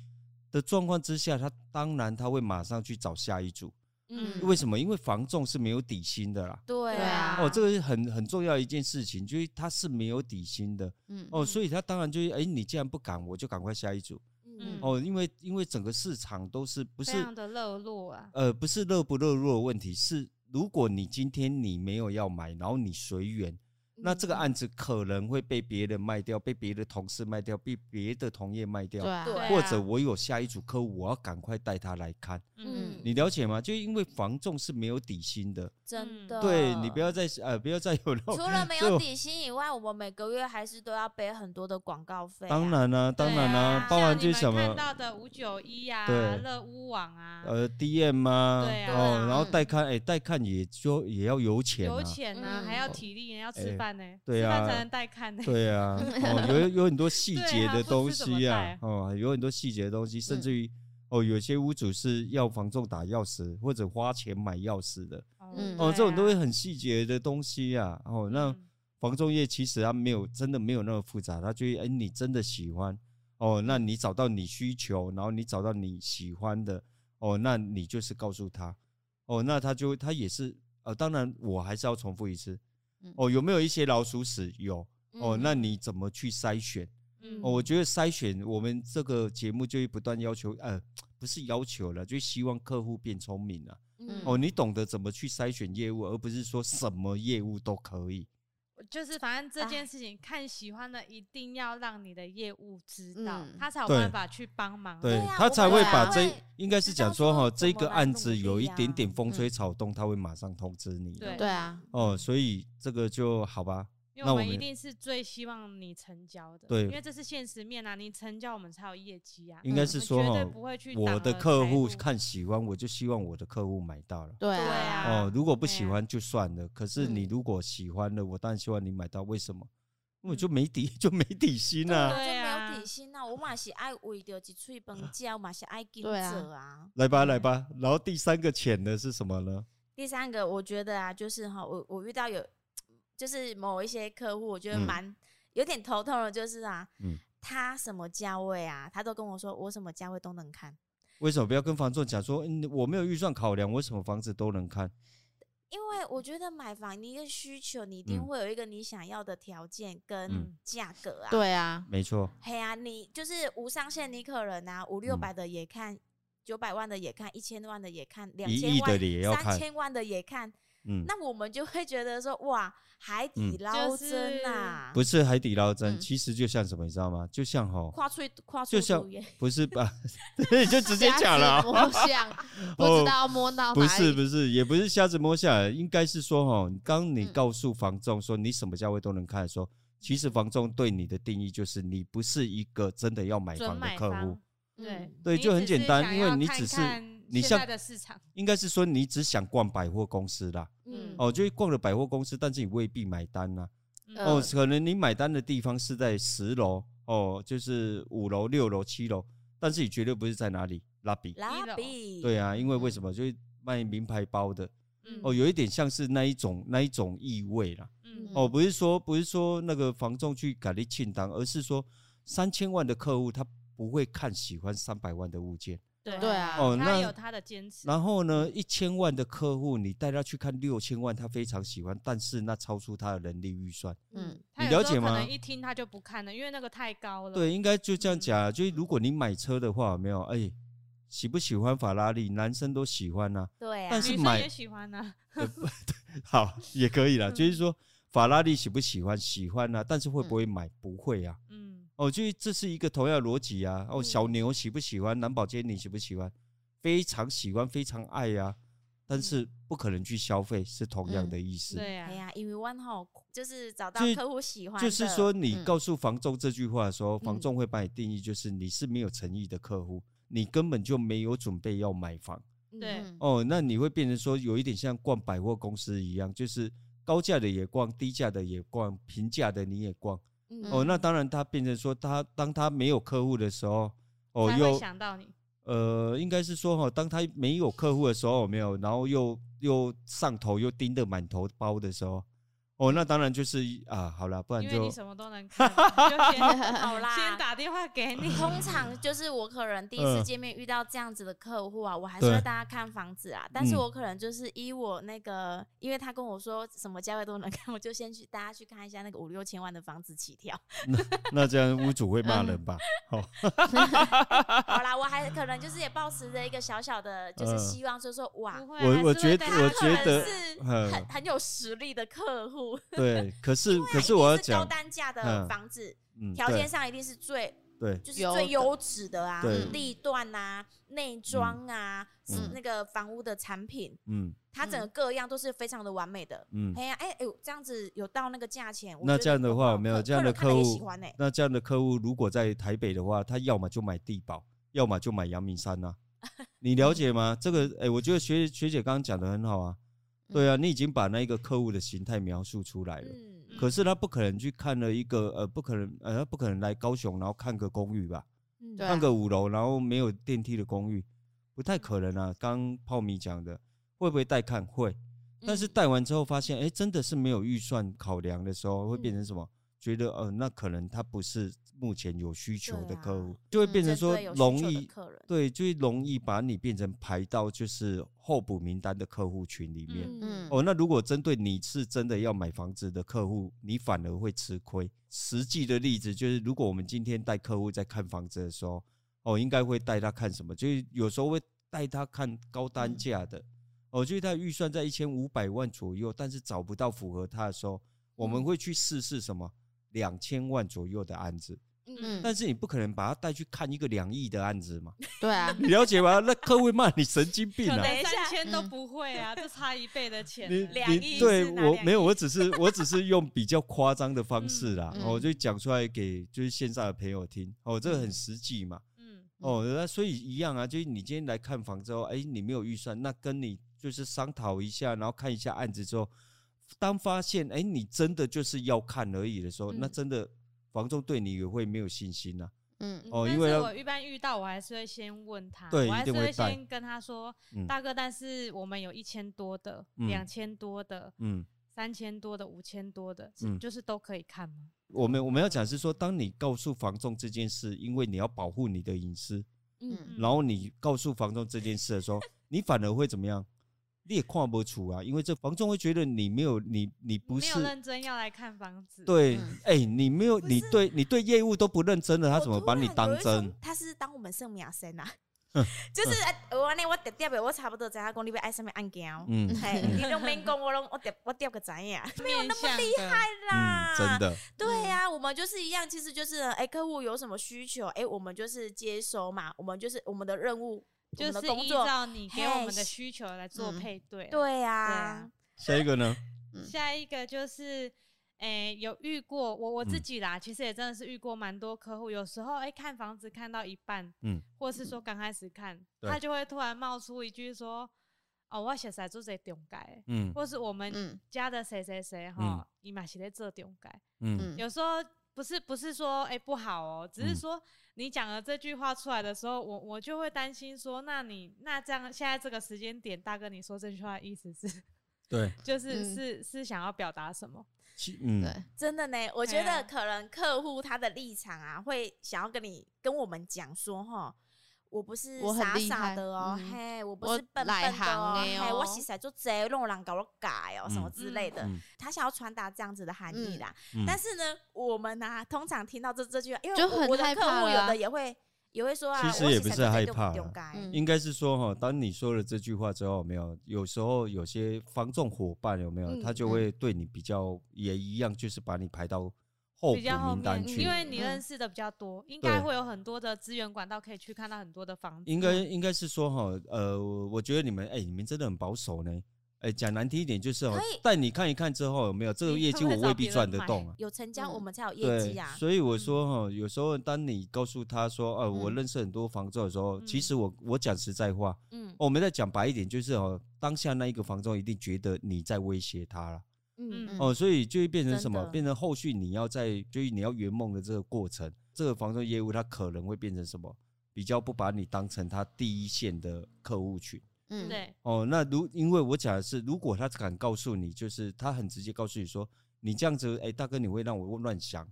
D: 的状况之下，他当然他会马上去找下一组。
A: 嗯，
C: 嗯
D: 为什么？因为房仲是没有底薪的啦。
A: 对
C: 对啊
D: 哦，这个是很很重要一件事情，就是他是没有底薪的
C: 嗯
D: 哦，所以他当然就是哎，你既然不敢，我就赶快下一组
A: 嗯
D: 哦，因为因为整个市场都是不
B: 非
D: 是
B: 常的热络啊，
D: 呃，不是热不热络的问题，是如果你今天你没有要买，然后你随缘，那
B: 嗯
D: 这个案子可能会被别人卖掉，被别的同事卖掉，被别的同业卖掉
C: 对，啊，
A: 对
D: 或者
B: 嗯
D: 我有下一组客户，我要赶快带他来看。
A: 嗯
D: 你了解吗？就因为房仲是没有底薪的，
A: 真
B: 嗯
A: 的，
D: 对你不要再呃不要再有那
A: 除
D: 种。
A: 了没
D: 所以
A: 有
D: 我
A: 底薪以外，我们每个月还是都要背很多的广告费、啊。
D: 当，然啦、当然啦、
A: 对啊
D: 包含
B: 像
D: 就
B: 你
D: 是什
B: 们
D: 么
B: 看到的五九一呀、
D: 对
B: 乐屋网啊，
D: 呃 DM 啊，
B: 对啊
D: 哦，然后
C: 嗯
D: 带看，哎、带看也就也要油钱
B: 有
D: 啊，
B: 钱啊，还要
C: 嗯
B: 体力，要
D: 哎
B: 吃饭呢、
D: 对
B: 吃
D: 啊
B: 饭才能带看 呢、
D: 对啊，哦，有有很多细
B: 对
D: 节
B: 啊
D: 的
B: 不
D: 东
B: 知怎么
D: 西啊
B: 带，
D: 哦，有很多细节的东西，甚
C: 嗯
D: 至于、哦，有些屋主是要房仲打钥匙或者花钱买钥匙的，
C: 嗯
D: 哦，这种都
B: 会
D: 会很细节的东西啊，哦，那。
B: 嗯
D: 房仲业其实它没有真的没有那么复杂，它就会哎、你真的喜欢哦，那你找到你需求，然后你找到你喜欢的哦，那你就是告诉他哦，那他就他也是呃，当然我还是要重复一次
C: 嗯
D: 哦，有没有一些老鼠屎有哦，那你怎么去筛选？
B: 嗯
D: 哦，我觉得筛选我们这个节目就会不断要求，呃，不是要求了，就希望客户变聪明了、
A: 嗯
D: 哦，你懂得怎么去筛选业务，而不是说什么业务都可以。
B: 就是反正这件事情，看喜欢的一定要让你的业务知道，
C: 嗯
B: 他才有
D: 对
B: 办法去帮忙。
D: 对
A: 对啊
D: 他
A: 我
D: 才
A: 本
D: 会
A: 来
D: 把这
A: 会
D: 应该是
A: 知道
D: 讲说
A: 说
D: 哈，
A: 怎
D: 这
A: 么
D: 个
A: 来
D: 案
A: 怎么
D: 子
A: 地
D: 有一点
A: 呀
D: 点风吹
C: 嗯
D: 草动，他会马上通知你的。
B: 对
C: 对啊，
D: 哦，所以这个就好吧。
B: 因为
D: 那
B: 我
D: 我
B: 们一
D: 们
B: 定是最希望你成交的，
D: 对
B: 因为这是现实面啊，你成交我们才有业绩啊。
D: 应该
C: 嗯
D: 是
B: 我
D: 说
B: 们绝对
D: 哈，
B: 不会去挡
D: 我的
B: 了
D: 客
B: 财
D: 户
B: 路
D: 看喜欢，我就希望我的客户买到了。
C: 对
A: 对
C: 啊，
A: 啊
D: 哦，如果不
B: 对
D: 喜
B: 啊
D: 欢就算了，可是你
C: 嗯
D: 如果喜欢了，我当然希望你买到。为什么？因为我
B: 嗯
D: 就没底， 就没底薪
A: 对啊我
D: 啊！
A: 就
B: 对啊
A: 没有底薪啊，我嘛是爱为着一喙饭食，我嘛是爱经
C: 对啊
A: 者啊。
D: 来吧，来吧。然后第三个潜的是什么呢？
A: 第三个，我觉得啊，就是哈，我我遇到有，就是某一些客户，我觉得
D: 嗯
A: 蛮、有点头痛的，就是啊，
D: 嗯
A: 他什么价位啊，他都跟我说我什么价位都能看，
D: 为什么不要跟房仲讲说，嗯，我没有预算考量，我什么房子都能看？
A: 因为我觉得买房你一个需求，你一定
D: 嗯
A: 会有一个你想要的条件跟
D: 嗯
A: 价格啊，
C: 对啊，
D: 没错，
A: 嘿啊，你就是无上限，你可能啊五六
D: 嗯
A: 百的也看，九百万的也看，一千万的也看，两
D: 一
A: 千
D: 亿的
A: 万
D: 也要看
A: 三。千万的也看，
D: 嗯，
A: 那我们就会觉得说哇，海底捞针啊，
D: 不是海底捞针，
C: 嗯
D: 其实就像什么，你知道吗？就像哈，
A: 跨出跨出
D: 就像
A: 主页，
D: 不 是吧？你就直接讲了
C: 瞎子摸
D: 啊，哦
C: 象， 不知道摸到
D: 不
C: 哪
D: 是
C: 里，
D: 不是，也不是瞎子摸下来，应该是说哈，刚你
C: 嗯
D: 告诉房仲说你什么价位都能看的时候，其实房仲对你的定义就是你不是一个真的要买
B: 准
D: 房的
B: 买
D: 客户
B: 方，对
A: 嗯
D: 对
B: 你
D: 就
B: 只
D: 很简
B: 是
D: 单
B: 想
D: 因为
B: 要
D: 你
B: 看
D: 只是
B: 看
D: 你
B: 现
D: 像
B: 在的市场，
D: 应该是说你只想逛百货公司啦，
A: 嗯，
D: 哦，就是逛了百货公司，但是你未必买单啦、
B: 嗯
A: 呃
D: 哦，可能你买单的地方是在十楼，哦，就是五楼、六楼、七楼，但是你绝对不是在哪里拉比。
B: 一
A: 拉
B: 楼
A: 比，
D: 对啊，因为为什么就是卖名牌包的
B: 嗯
D: 哦，有一点像是那一种那一种意味啦。
B: 嗯
D: 哦，不是说不是说那个房仲去改立庆当，而是说三千万的客户他不会看喜欢三百万的物件，
B: 对
C: 对啊
D: 哦那
B: 他有他的坚持，
D: 然后呢，
B: 嗯
D: 一千万的客户你带他去看六千万，他非常喜欢，但是那超出他的能力预算。
C: 嗯，
B: 他
D: 你
B: 有
D: 了
B: 时候
D: 解
B: 可
D: 吗
B: 能一听他就不看了，因为那个太高了。
D: 对，应该就这样
B: 嗯
D: 讲啊，就是如果你买车的话，有没有哎、喜不喜欢法拉利？男生都喜欢呐、
A: 对啊
D: 但，是
B: 女生
D: 买
B: 也喜欢啊呢、
D: 好，也可以啦。就是说，法拉利喜不喜欢？喜欢啊，但是会不会买？不会啊。
B: 嗯，
D: 哦，就是这是一个同样的逻辑啊。哦，小牛喜不喜欢？蓝宝坚尼喜不喜欢？非常喜欢，非常爱啊。但是不可能去消费，是同样的意思。
B: 对呀、啊
A: 哎呀，因为我吼就是找到
D: 就是
A: 客户喜欢的，
D: 就是说，你
C: 嗯
D: 告诉房仲这句话的时候，房仲会把你定义就是你是没有诚意的客户，你根本就没有准备要买房。
A: 嗯
B: 对
C: 嗯
D: 哦，那你会变成说有一点像逛百货公司一样，就是高价的也逛，低价的也逛，平价的你也逛。
A: 嗯
D: 哦，那当然，他变成说他当他没有客户的时候，哦
B: 才会
D: 又
B: 想到你。
D: 呃，应该是说哈、哦，当他没有客户的时候，有没有，然后又又上头又盯得满头包的时候，哦，那当然就是啊，好了，不然
B: 因为
D: 就
B: 你什么都能看，你就先
A: 好啦，
B: 先打电话给 你。
A: 通常就是我可能第一次
D: 嗯
A: 见面遇到这样子的客户啊，我还是会
D: 对
A: 带他看房子啊，但是
D: 嗯
A: 我可能就是依我那个，因为他跟我说什么价位都能看，我就先去带他去看一下那个五六千万的房子起 跳。
D: 那这样屋主会骂人吧？哦，
A: 好啦，我还可能就是也抱持着一个小小的，就是
D: 嗯
A: 希望，就是说哇，
B: 不会啊，
D: 我
B: 还
D: 我
B: 是
D: 觉
B: 会
D: 得
B: 带
D: 我
B: 他
D: 觉得
B: 看的
A: 是
D: 嗯
A: 很很有实力的客户物，
D: 对，可是
A: 它
D: 可
A: 一
D: 是
A: 定
D: 我要
A: 高
D: 讲，
A: 单价的
D: 嗯
A: 房子，
D: 嗯，
A: 条件
D: 对
A: 上一定是最
D: 对
A: 就是
C: 有
A: 最
C: 的
A: 优质的啊
D: 对，
A: 地段啊、内装啊，
D: 嗯
A: 是
C: 嗯
A: 那个房屋的产品，
D: 嗯
A: 它整个各样都是非常的完美的。
D: 嗯
A: 哎，呀，哎哎呦，这样子有到那个价钱，我
D: 那
A: 觉得
D: 这样的
A: 很
D: 话
A: 好
D: 没有
A: 客
D: 这样
A: 客
D: 的
A: 人看了
D: 客
A: 也
D: 户
A: 喜欢欸呢。
D: 那这样的客户如果在台北的话，他要么就买地保，要么就买阳明 山啊。你了解吗？这个，哎、我觉得学学姐刚刚讲的很好啊。对啊，你已经把那一个客户的形态描述出来了，
A: 嗯，
D: 可是他不可能去看了一个呃，不可能呃，他不可能来高雄然后看个公寓吧，
A: 嗯
C: 对啊
D: 看个五楼然后没有电梯的公寓，不太可能啊。刚泡米讲的，会不会带看会？但是
A: 嗯
D: 贷完之后发现，哎、真的是没有预算考量的时候，会变成什么？觉得呃，那可能他不是目前有需求的
A: 对
D: 客户，
A: 啊
D: 就会
C: 嗯
D: 变成
A: 针
D: 说
A: 对有需
D: 容
A: 求的
D: 易
A: 客人，
D: 对，就会容易把你变成排到就是候补名单的客户群里面。
C: 嗯
A: 嗯，
D: 哦，那如果针对你是真的要买房子的客户，你反而会吃亏。实际的例子就是，如果我们今天带客户在看房子的时候，哦，应该会带他看什么？就是有时候会带他看高
B: 嗯
D: 单价的，哦，就是他预算在一千五百万左右，但是找不到符合他的时候，我
B: 嗯
D: 们会去试试什么两千万左右的案子。
A: 嗯，
D: 但是你不可能把他带去看一个两亿的案子嘛，
C: 对啊，
D: 你了解吗？那客户会骂你神经病
B: 可
D: 啊！
A: 等
B: 能
A: 一下
B: 三千都
C: 嗯
B: 不会啊，这差一倍的钱
D: 你
B: 呢。
A: 两亿
D: 你对
A: 是哪
D: 我
A: 两
D: 没有，我只是我只是用比较夸张的方式啦，
C: 嗯
D: 我、
C: 嗯
D: 就讲出来给就是线上的朋友听，哦，这个很实际嘛，
B: 嗯，
D: 哦，那所以一样啊，就是你今天来看房之后，哎、你没有预算，那跟你就是商讨一下，然后看一下案子之后，当发现哎、你真的就是要看而已的时候，那
A: 嗯
D: 真的房东对你也会没有信心呐、
C: 嗯
D: 哦
B: 但
D: 因为
B: 是
D: 要
B: 我一般遇到，我还是会先问他，
D: 对
B: 我
D: 一
B: 还是
D: 定会带
B: 先跟他说，
D: 嗯
B: 大哥，但是我们有一千多的、
D: 嗯
B: 两千多的、
D: 嗯，
B: 三千多的、五千多的，是
D: 嗯
B: 就是都可以看吗？
D: 我
A: 嗯
D: 们我们要讲是说，当你告诉房东这件事，因为你要保护你的隐私，
C: 嗯
D: 然后你告诉房东这件事的时候，你反而会怎么样？你也看不出啊，因为这房东会觉得你没有你你不
B: 没
D: 是
B: 有认真要来看房子，，
D: 对，
C: 嗯
D: 哎、你没有
A: 不
D: 你
A: 是
D: 对你对业务都不认真了，他怎么把你当真？？
A: 他是当我们圣母生 啊，就是哎我呢，我点点的，我差不多知道讲你要爱什么案件哦。
D: 嗯
A: 嘿，你拢免讲，我拢我点我点个知影
B: 面向厉害，
A: 哎啦
D: 嗯，，真。的，
A: 对呀、我们就是一样，其实就是哎，客户有什么需求，哎，我们就是接收嘛，我们就是我们的任务，
B: 就
A: 我们
B: 是
A: 的工
B: 依
A: 作。
B: 照你给我们的
A: 嘿
B: 需求来做
C: 嗯
B: 配对。，
A: 对呀、
B: 啊
D: 下一个呢？
B: 下一个就是。诶、有遇过我我自
D: 嗯
B: 己啦，其实也真的是遇过蛮多客户。有时候诶、看房子看到一半，
D: 嗯
B: 或是说刚开始看，
D: 对
B: 他就会突然冒出一句说：“哦，我写在做这中改，
D: 嗯
B: 或是我们
C: 嗯
B: 家的谁谁谁
D: 嗯
B: 哈，你嘛是在做中改。
D: 嗯
C: 嗯，
B: 有时候不是不是说哎、诶不好哦，只是
D: 嗯
B: 说你讲了这句话出来的时候，我我就会担心说，那你那这样现在这个时间点，大哥你说这句话的意思是
D: 对，
B: 就是、
C: 嗯
B: 是是想要表达什么？
D: 其嗯
C: 对啊
A: 真的呢，我觉
B: 哎呀
A: 得可能客户他的立场啊，会想要跟你跟我们讲说，哈，我不是
C: 我很
A: 傻
C: 厉
A: 傻
C: 害
A: 的哦，
C: 嗯
A: 嘿，我不
C: 我
A: 是笨笨
C: 内
A: 的哦，
C: 行的
A: 嘿，我
C: 哦
A: 洗洗就贼弄人搞我改哦，什么
D: 嗯
A: 之类的，
D: 嗯
A: 他想要传达这样子的含义
C: 嗯
A: 啦。
D: 嗯
A: 但是呢，我们呢、通常听到这这句话，因为
C: 就
A: 我
C: 很
A: 我的
C: 害
A: 客
C: 怕
A: 户有
C: 啦
A: 的也会也会说啊，
D: 其
A: 我
D: 实
A: 洗
D: 也不
A: 洗
D: 是
A: 就
D: 害
A: 贼
D: 怕
A: 丢
D: 啦
A: 该，
C: 嗯
D: 应该是说哈，当你说了这句话之后，没有，有时候有些房仲伙伴有没有，他
A: 嗯
C: 嗯
D: 就会对你比较也一样，就是把你排到候补
B: 比较后
D: 名单
B: 面，
D: 去，
B: 因为你认
C: 嗯
B: 识的比较多，应
D: 对
B: 该会有很多的资源管道可以去看到很多的房子。
D: 应该应该是说哈，呃，我觉得你们哎、你们真的很保守呢。哎、讲难听一点就是哦
A: 可以，
D: 带你看一看之后有没有这个
B: 你
D: 业
B: 会
D: 绩，
B: 不会
D: 我
B: 找
D: 未必
B: 别人
D: 赚得
B: 买
D: 动啊。
A: 有成交
C: 嗯
A: 我们才有业绩
D: 对
A: 啊，。
D: 所以
B: 嗯
D: 我说哈，有时候当你告诉他说，呃，我
C: 嗯
D: 认识很多房仲的时候，其
B: 嗯
D: 实我我讲实在话，哦
A: 嗯
D: 我们再讲白一点，就是哦，当下那一个房仲一定觉得你在威胁他了。
A: 嗯
C: 嗯
D: 哦，所以就会变成什么？
A: 真的
D: 变成后续你要在就是你要圆梦的这个过程，这个房仲业务它可能会变成什么？比较不把你当成他第一线的客户群。
C: 嗯，
B: 对，
D: 哦，那如因为我讲的是，如果他敢告诉你，就是他很直接告诉你说，你这样子，哎、大哥，你会让我乱想。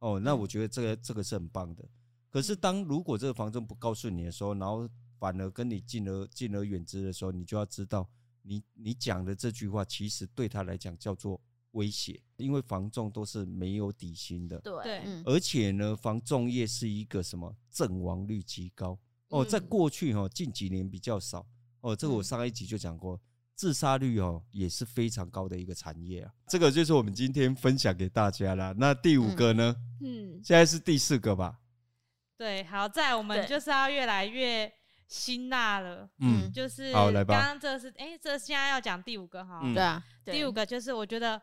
D: 哦，那我觉得这个这个是很棒的。可是当如果这个房东不告诉你的时候，然后反而跟你敬而敬而远之的时候，你就要知道，你你讲的这句话其实对他来讲叫做威胁，因为房仲都是没有底薪的。
A: 对
B: 对，
C: 嗯
D: 而且呢，房仲业是一个什么阵亡率极高哦，在
A: 嗯
D: 过去哈、哦、近几年比较少哦，这个我
C: 嗯
D: 上一集就讲过，自杀率哦也是非常高的一个产业啊。这个就是我们今天分享给大家啦。那第五个呢？
A: 嗯，
D: 现在是第四个吧？
B: 对，好在我们
A: 对
B: 就是要越来越辛辣了，
D: 嗯，
C: 嗯
B: 就是
D: 好
B: 刚
D: 来吧
B: 刚这是哎、这现在要讲第五个哈，
D: 嗯
C: 对啊，
A: 对
B: 第五个就是我觉得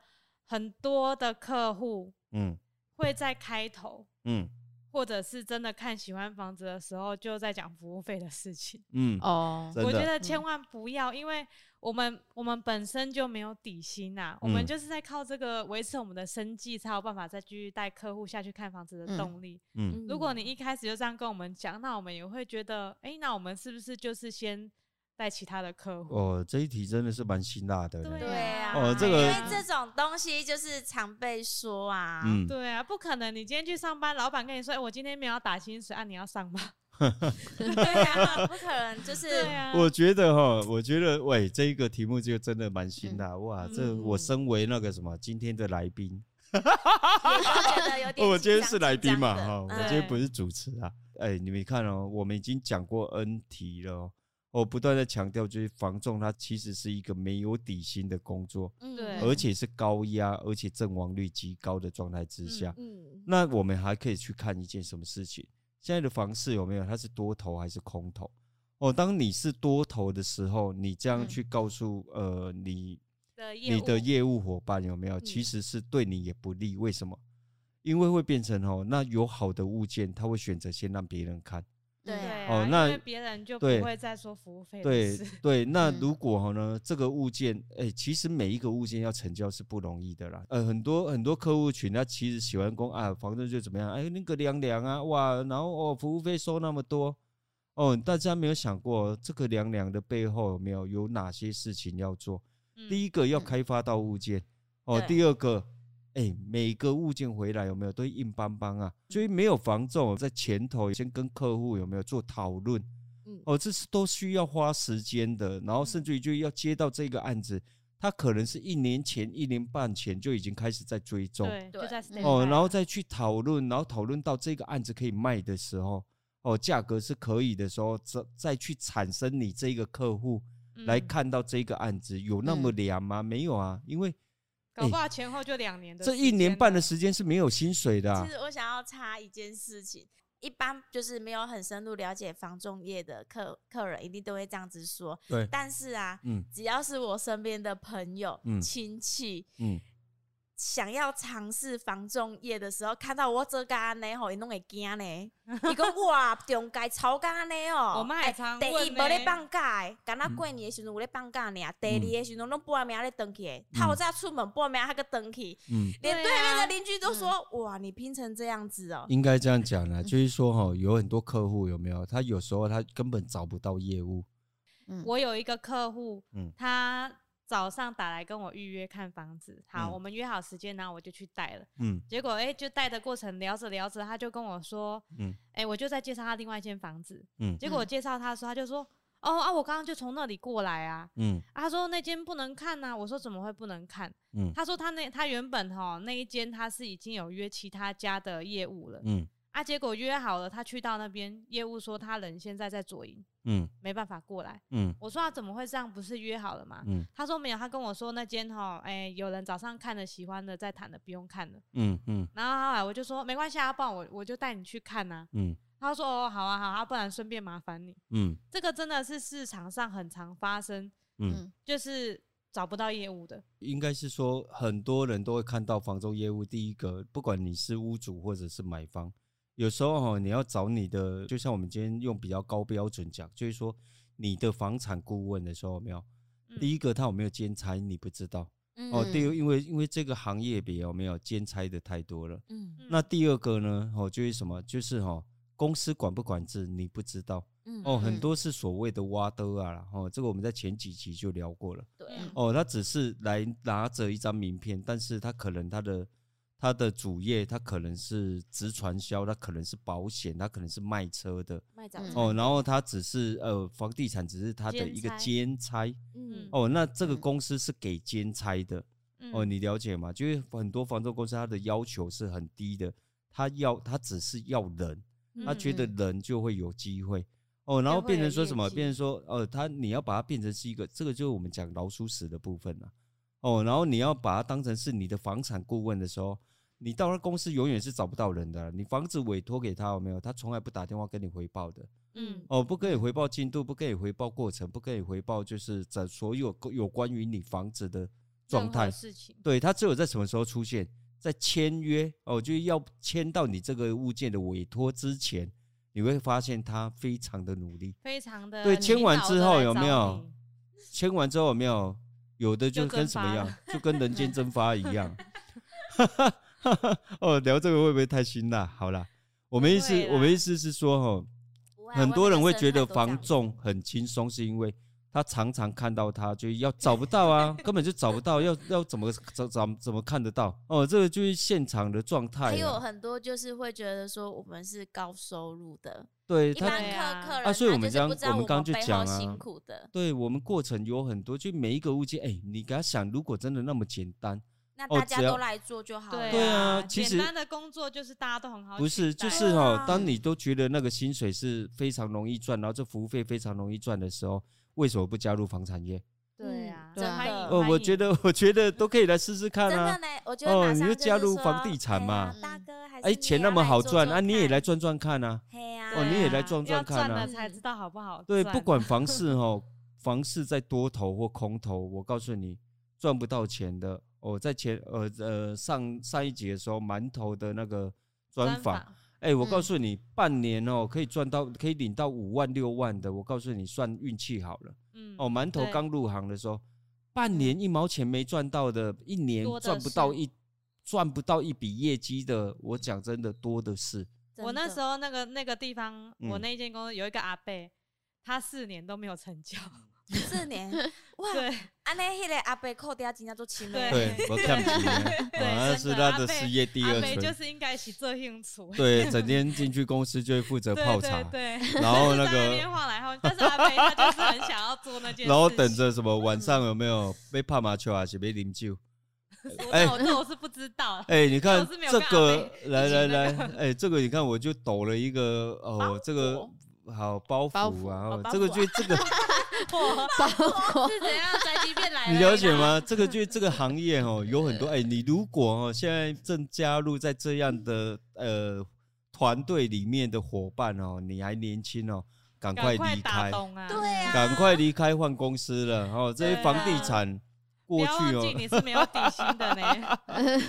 B: 很多的客户
D: 嗯
B: 会在开头。
D: 嗯
B: 或者是真的看喜欢房子的时候，就在讲服务费的事情。
D: 嗯，
C: 哦，
D: 真
B: 我觉
D: 的
B: 得千万不要，因为我们我们本身就没有底薪呐、我们
D: 嗯
B: 就是在靠这个维持我们的生计，才有办法再继续带客户下去看房子的动力。
D: 嗯
B: 如果你一开始就这样跟我们讲，那我们也会觉得，哎、那我们是不是就是先带其他的客户？
D: 哦，这一题真的是蛮辛辣的呢。
A: 对啊，
D: 哦这个
A: 因为这种东西就是常被说啊，
D: 嗯，
B: 对啊，不可能！你今天去上班，老板跟你说，哎、我今天没有要打薪水，啊，你要上吗？
A: 对啊，不可能就是
B: 对啊，
D: 我觉得哈，我觉得喂，这一个题目就真的蛮辛辣哇！这我
C: 嗯
D: 身为那个什么今天的来宾，
A: 我觉得有点紧张。
D: 哦我今天是来宾嘛
A: 紧
D: 哈，
A: 张
D: 我
A: 的嗯
D: 今天不是主持啊。哎，你们看哦，我们已经讲过 N 题了哦，我不断的强调，就是房仲它其实是一个没有底薪的工作，
A: 嗯
B: 对
D: 而且是高压，而且阵亡率极高的状态之下，
A: 嗯
D: 那我们还可以去看一件什么事情？现在的房市有没有它是多头还是空头？哦，当你是多头的时候，你这样
C: 嗯
D: 去告诉、呃你
B: 的业
D: 你的
B: 务
D: 业务伙伴有没有，其实是对你也不利。为什么？因为会变成哦，那有好的物件，他会选择先让别人看。
A: 对
B: 对
A: 啊
B: 啊、
D: 哦
B: 因
D: 那
B: 为别人就不
D: 对
B: 会再说服务费的
D: 对
B: 事。
D: 对，那
C: 嗯
D: 如果哈呢，这个物件，哎、其实每一个物件要成交是不容易的啦。呃，很多很多客户群，他其实喜欢讲啊，房东就怎么样，哎，那个凉凉啊，哇，然后哦，服务费收那么多，哦，大家没有想过这个凉凉的背后有没有有哪些事情要做？
B: 嗯
D: 第一个要
C: 嗯
D: 开发到物件，哦，
A: 对
D: 第二个。哎，每个物件回来有没有都硬邦邦啊？
B: 嗯
D: 所以没有房仲在前头先跟客户有没有做讨论，
A: 嗯
D: 哦，这是都需要花时间的，然后甚至于就要接到这个案子，他可能是一年前、一年半前就已经开始在追踪，
B: 对，就
A: 对
B: 在
C: 嗯
B: stand
D: 哦，
B: by
D: 然后
B: 了
D: 再去讨论，然后讨论到这个案子可以卖的时候，哦，价格是可以的时候，再再去产生你这个客户来
B: 嗯，
D: 看到这个案子有那么
C: 嗯
D: 凉吗？没有啊，因为
B: 搞不
D: 哎
B: 好前后就两年的
D: 这
B: 时
D: 一年
B: 间
D: 半
B: 了
D: 的时间是没有薪水的啊、
A: 其实我想要插一件事情，一般就是没有很深入了解房仲业的客客人，一定都会这样子说。
D: 对
A: 但是啊，
D: 嗯
A: 只要是我身边的朋友、
D: 嗯
A: 亲戚。
D: 嗯，
A: 想要尝试房仲业的时候，看到我这个安尼吼，伊拢会惊 呢。伊讲哇，中介超干安尼哦。
B: 我妈也常
A: 第
B: 问
A: 一无咧
B: 呢
A: 放假的，敢若
D: 嗯
A: 过年的时阵有咧放假尔，第二的时阵拢半暝咧登去的，透早出门半暝还个登去，
D: 嗯。
A: 连对
B: 对
A: 面
B: 啊
A: 的邻居都说：“哇，你拼成这样子哦。
D: 应该这样讲啦，就是说哈、有很多客户有没有？他有时候他根本找不到业务，
C: 嗯
B: 我有一个客户，
D: 嗯
B: 他早上打来跟我预约看房子，好，
D: 嗯
B: 我们约好时间，然后我就去带了。
D: 嗯
B: 结果哎、就带的过程聊着聊着，他就跟我说，
D: 嗯
B: 哎、我就在介绍他另外一间房子。
D: 嗯
B: 结果我介绍他的时候，他就说，哦啊，我刚刚就从那里过来啊。
D: 嗯
B: 啊他说那间不能看呐、我说怎么会不能看？
D: 嗯
B: 他说他那他原本哈那一间他是已经有约其他家的业务了，
D: 嗯
B: 啊，结果约好了，他去到那边，业务说他人现在在左营，
D: 嗯
B: 没办法过来。
D: 嗯
B: 我说他啊怎么会这样？不是约好了吗？
D: 嗯
B: 他说没有，他跟我说那间哈，哎、有人早上看了喜欢的再谈的，不用看了。
D: 嗯嗯
B: 然后后来我就说没关系啊，不然我我就带你去看呐、
D: 嗯
B: 他说哦，好啊好啊，不然顺便麻烦你。
D: 嗯
B: 这个真的是市场上很常发生，
D: 嗯，
B: 就是找不到业务的。
D: 应该是说很多人都会看到房仲业务。第一个，不管你是屋主或者是买方，有时候哈、你要找你的，就像我们今天用比较高标准讲，就是说你的房产顾问的时候有没有？
B: 嗯
D: 第一个他有没有兼差你不知道、
A: 嗯
D: 哦。
C: 嗯
D: 第二，因为因为这个行业比有没有兼差的太多了。
A: 嗯
B: 嗯
D: 那第二个呢，哦，就是什么？就是哈、哦，公司管不管制你不知道
A: 嗯
D: 哦，很
C: 嗯
D: 多是所谓的挖的啊啦，哦，这个我们在前几集就聊过了
A: 对
C: 啊
B: 嗯
D: 哦，他只是来拿着一张名片，但是他可能他的他的主业，他可能是直传销，他可能是保险，他可能是卖车的
A: 卖早
C: 嗯
A: 餐
D: 哦，然后他只是呃房地产只是他的
B: 兼
D: 一个
B: 差
D: 兼差
A: 嗯
D: 哦，那这个
C: 嗯
D: 公司是给兼差的。哦，
B: 嗯
D: 你了解吗？就是很多房仲公司它的要求是很低的，他要他只是要人，他觉得人就会有机会。哦，然
B: 才
D: 后
B: 嗯会
D: 变
B: 有
D: 成说
B: 业
D: 什么？
B: 绩
D: 变成说，呃，它你要把它变成是一个，这个就是我们讲老鼠屎的部分了、哦，然后你要把它当成是你的房产顾问的时候，你到他公司永远是找不到人的啊。你房子委托给他有没有？他从来不打电话跟你回报的。
A: 嗯
D: 哦，不跟你回报进度，不跟你回报过程，不跟你回报就是在所有有关于你房子的状
B: 任何
D: 态。
B: 事情，
D: 对，它只有在什么时候出现？在签约哦，就是要签到你这个物件的委托之前，你会发现他非常的努力。
B: 非常的
D: 对签完之后有没有？
B: 你
D: 签完之后有没有？有的就
B: 就
D: 跟
B: 蒸
D: 什么
B: 发
D: 样，就跟人间蒸发一 样。哦，聊这个会不会太辛辣？好啦，我们意思
B: 不会，啦
D: 我们意思是说，哦，
A: 不会啊
D: 很多人会觉得
A: 外面
D: 房
A: 的生态都这样
D: 仲很轻松，是因为他常常看到他就要找不到 啊，根本就找不到，要要怎么怎怎怎么看得到？哦，这个就是现场的状态
A: 还有
D: 啊。
A: 很多就是会觉得说我们是高收入的，
D: 对
A: 一
D: 他，
A: 般
B: 对
A: 客
B: 啊
A: 客人
D: 啊所以
A: 他
D: 我们
A: 就是
D: 这样
A: 不知道
D: 我们刚就
A: 背
D: 讲
A: 后
D: 啊
A: 辛苦的，
D: 对我们过程有很多，就每一个物件，哎、你给他想，如果真的那么简单，
A: 那
D: 哦
A: 大家
D: 只要
A: 都来做就好了。
B: 对
D: 对啊
B: 啊，
D: 其实
B: 简单的工作就是大家都很好取代，
D: 不是，就是
A: 对
D: 哦
A: 啊，
D: 当你都觉得那个薪水是非常容易赚，然后这服务费非常容易赚的时候，为什么不加入房产业？
C: 对
A: 嗯
C: 啊，
A: 真
B: 欢
A: 的
B: 迎
D: 哦，我觉得，我觉得都可以来试试看
A: 真的
D: 啊。
A: 呢，我觉得
D: 哦
A: 马
D: 你
A: 上
D: 就加
A: 是
D: 入
A: 说
D: 房地产嘛
A: 哎呀
B: 嗯
A: 大哥还是
D: 哎，钱那么好赚啊，你也来，赚赚看啊。
A: 嘿呀，
D: 哦你也来撞撞
B: 要
D: 看啊
B: 赚了才知道好不好赚。
D: 对，不管 房市哦，房市在多头或空头，我告诉你，赚不到钱的。我、在前呃呃上上一集的时候，馒头的那个专访，
B: 法
D: 哎、我告
C: 嗯
D: 诉你，半年哦可以赚到，可以领到五万六万的，我告诉你，算运气好了。
B: 嗯
D: 哦，馒头
B: 对嗯
D: 刚入行的时候，半年一毛钱没赚到的，一年
B: 多的
D: 赚不到
B: 是
D: 一赚不到一笔业绩的，我讲真的多的是。
B: 我那时
A: 候
B: 候那个那个地方，我
D: 嗯
B: 那一间公司有一个阿伯，他四年都没有成 交，
A: 四 年，啊哇，
B: 对
A: 安尼迄个阿伯扣掉真正做亲的，
B: 对，
D: 我看起啊
B: 对
D: 来
B: 真的阿贝
D: 业 第
B: 阿伯就是应该该是这 兴趣，
D: 对，整天进去公司就会负责
B: 对
D: 泡
B: 对
D: 茶，
B: 对，
D: 然后那
B: 在那边
D: 个，
B: 晃来晃去，但是阿伯他就是很想要做那件事情，
D: 然后等着什么
B: 嗯
D: 晚上有没有被泡麻球啊，是被啉酒？哎
B: 我这我是不知 道，
D: 哎，你看
B: 是没有
D: 这
B: 办法
D: 个，
B: 被
D: 来
B: 一起
D: 来
B: 那啊
D: 来，哎，这个你看我就抖了一个哦，这个好包
C: 包
D: 袱
C: 袱
D: 啊，
A: 哦
D: 哦
A: 包
D: 这个
A: 袱
D: 就这个
B: 我是怎样宅急便 来
D: 你了
B: 哎
D: 解？吗？这个就是这个行业哦，有很多哎、你如果哦现在正加入在这样的呃团队里面的伙伴哦，你还年轻哦，赶
B: 赶
D: 快
B: 快
D: 离
B: 打
D: 开，
B: 动啊！
A: 对啊，
D: 赶快离开换公司了哦。这些
B: 对啊啊
D: 房地产
B: 不
D: 过
B: 要
D: 去
B: 忘记
D: 哦，
B: 你是没有底薪 的呢。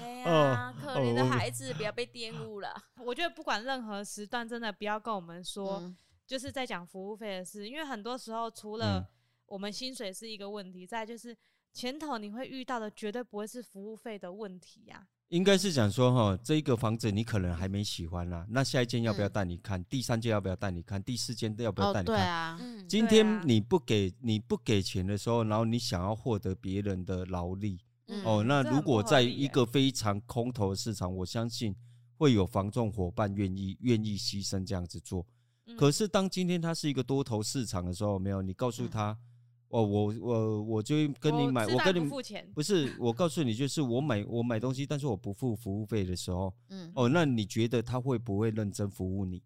A: 哎呀，可怜
D: 哦
A: 的
D: 我
A: 孩子不要被玷污了，
B: 我觉得不管任何时段，真的不要跟我们说，
C: 嗯
B: 就是在讲服务费的事，因为很多时候除
D: 嗯
B: 了我们薪水是一个问题，再来就是前头你会遇到的绝对不会是服务费的问题呀、
D: 应该是讲说哈、哦，这一个房子你可能还没喜欢啦，那下一间要不要带你
B: 嗯
D: 看？第三间要不要带你看？第四间要不要带
C: 哦，
D: 你
C: 对
D: 看？
C: 啊，
A: 嗯，
D: 今
B: 对
D: 天
B: 啊
D: 你不给你不给钱的时候，然后你想要获得别人的劳力，
C: 嗯
D: 哦，那
B: 嗯这
D: 如
B: 很不
D: 果
B: 合
D: 在
B: 理啊
D: 一
B: 耶
D: 个非常空头的市场，我相信会有房仲伙伴愿意愿意牺牲这样子做。
B: 嗯
D: 可是当今天它是一个多头市场的时候，没有你告诉他，
B: 嗯
D: 哦，我我我就跟你买，
B: 吃
D: 我
B: 饭
D: 跟
B: 哦不
D: 你
B: 付钱，
D: 不是，我告诉你，就是我买我买东西，但是我不付服务费的时候，
C: 嗯，
D: 哦，那你觉得他会不会认真服务你？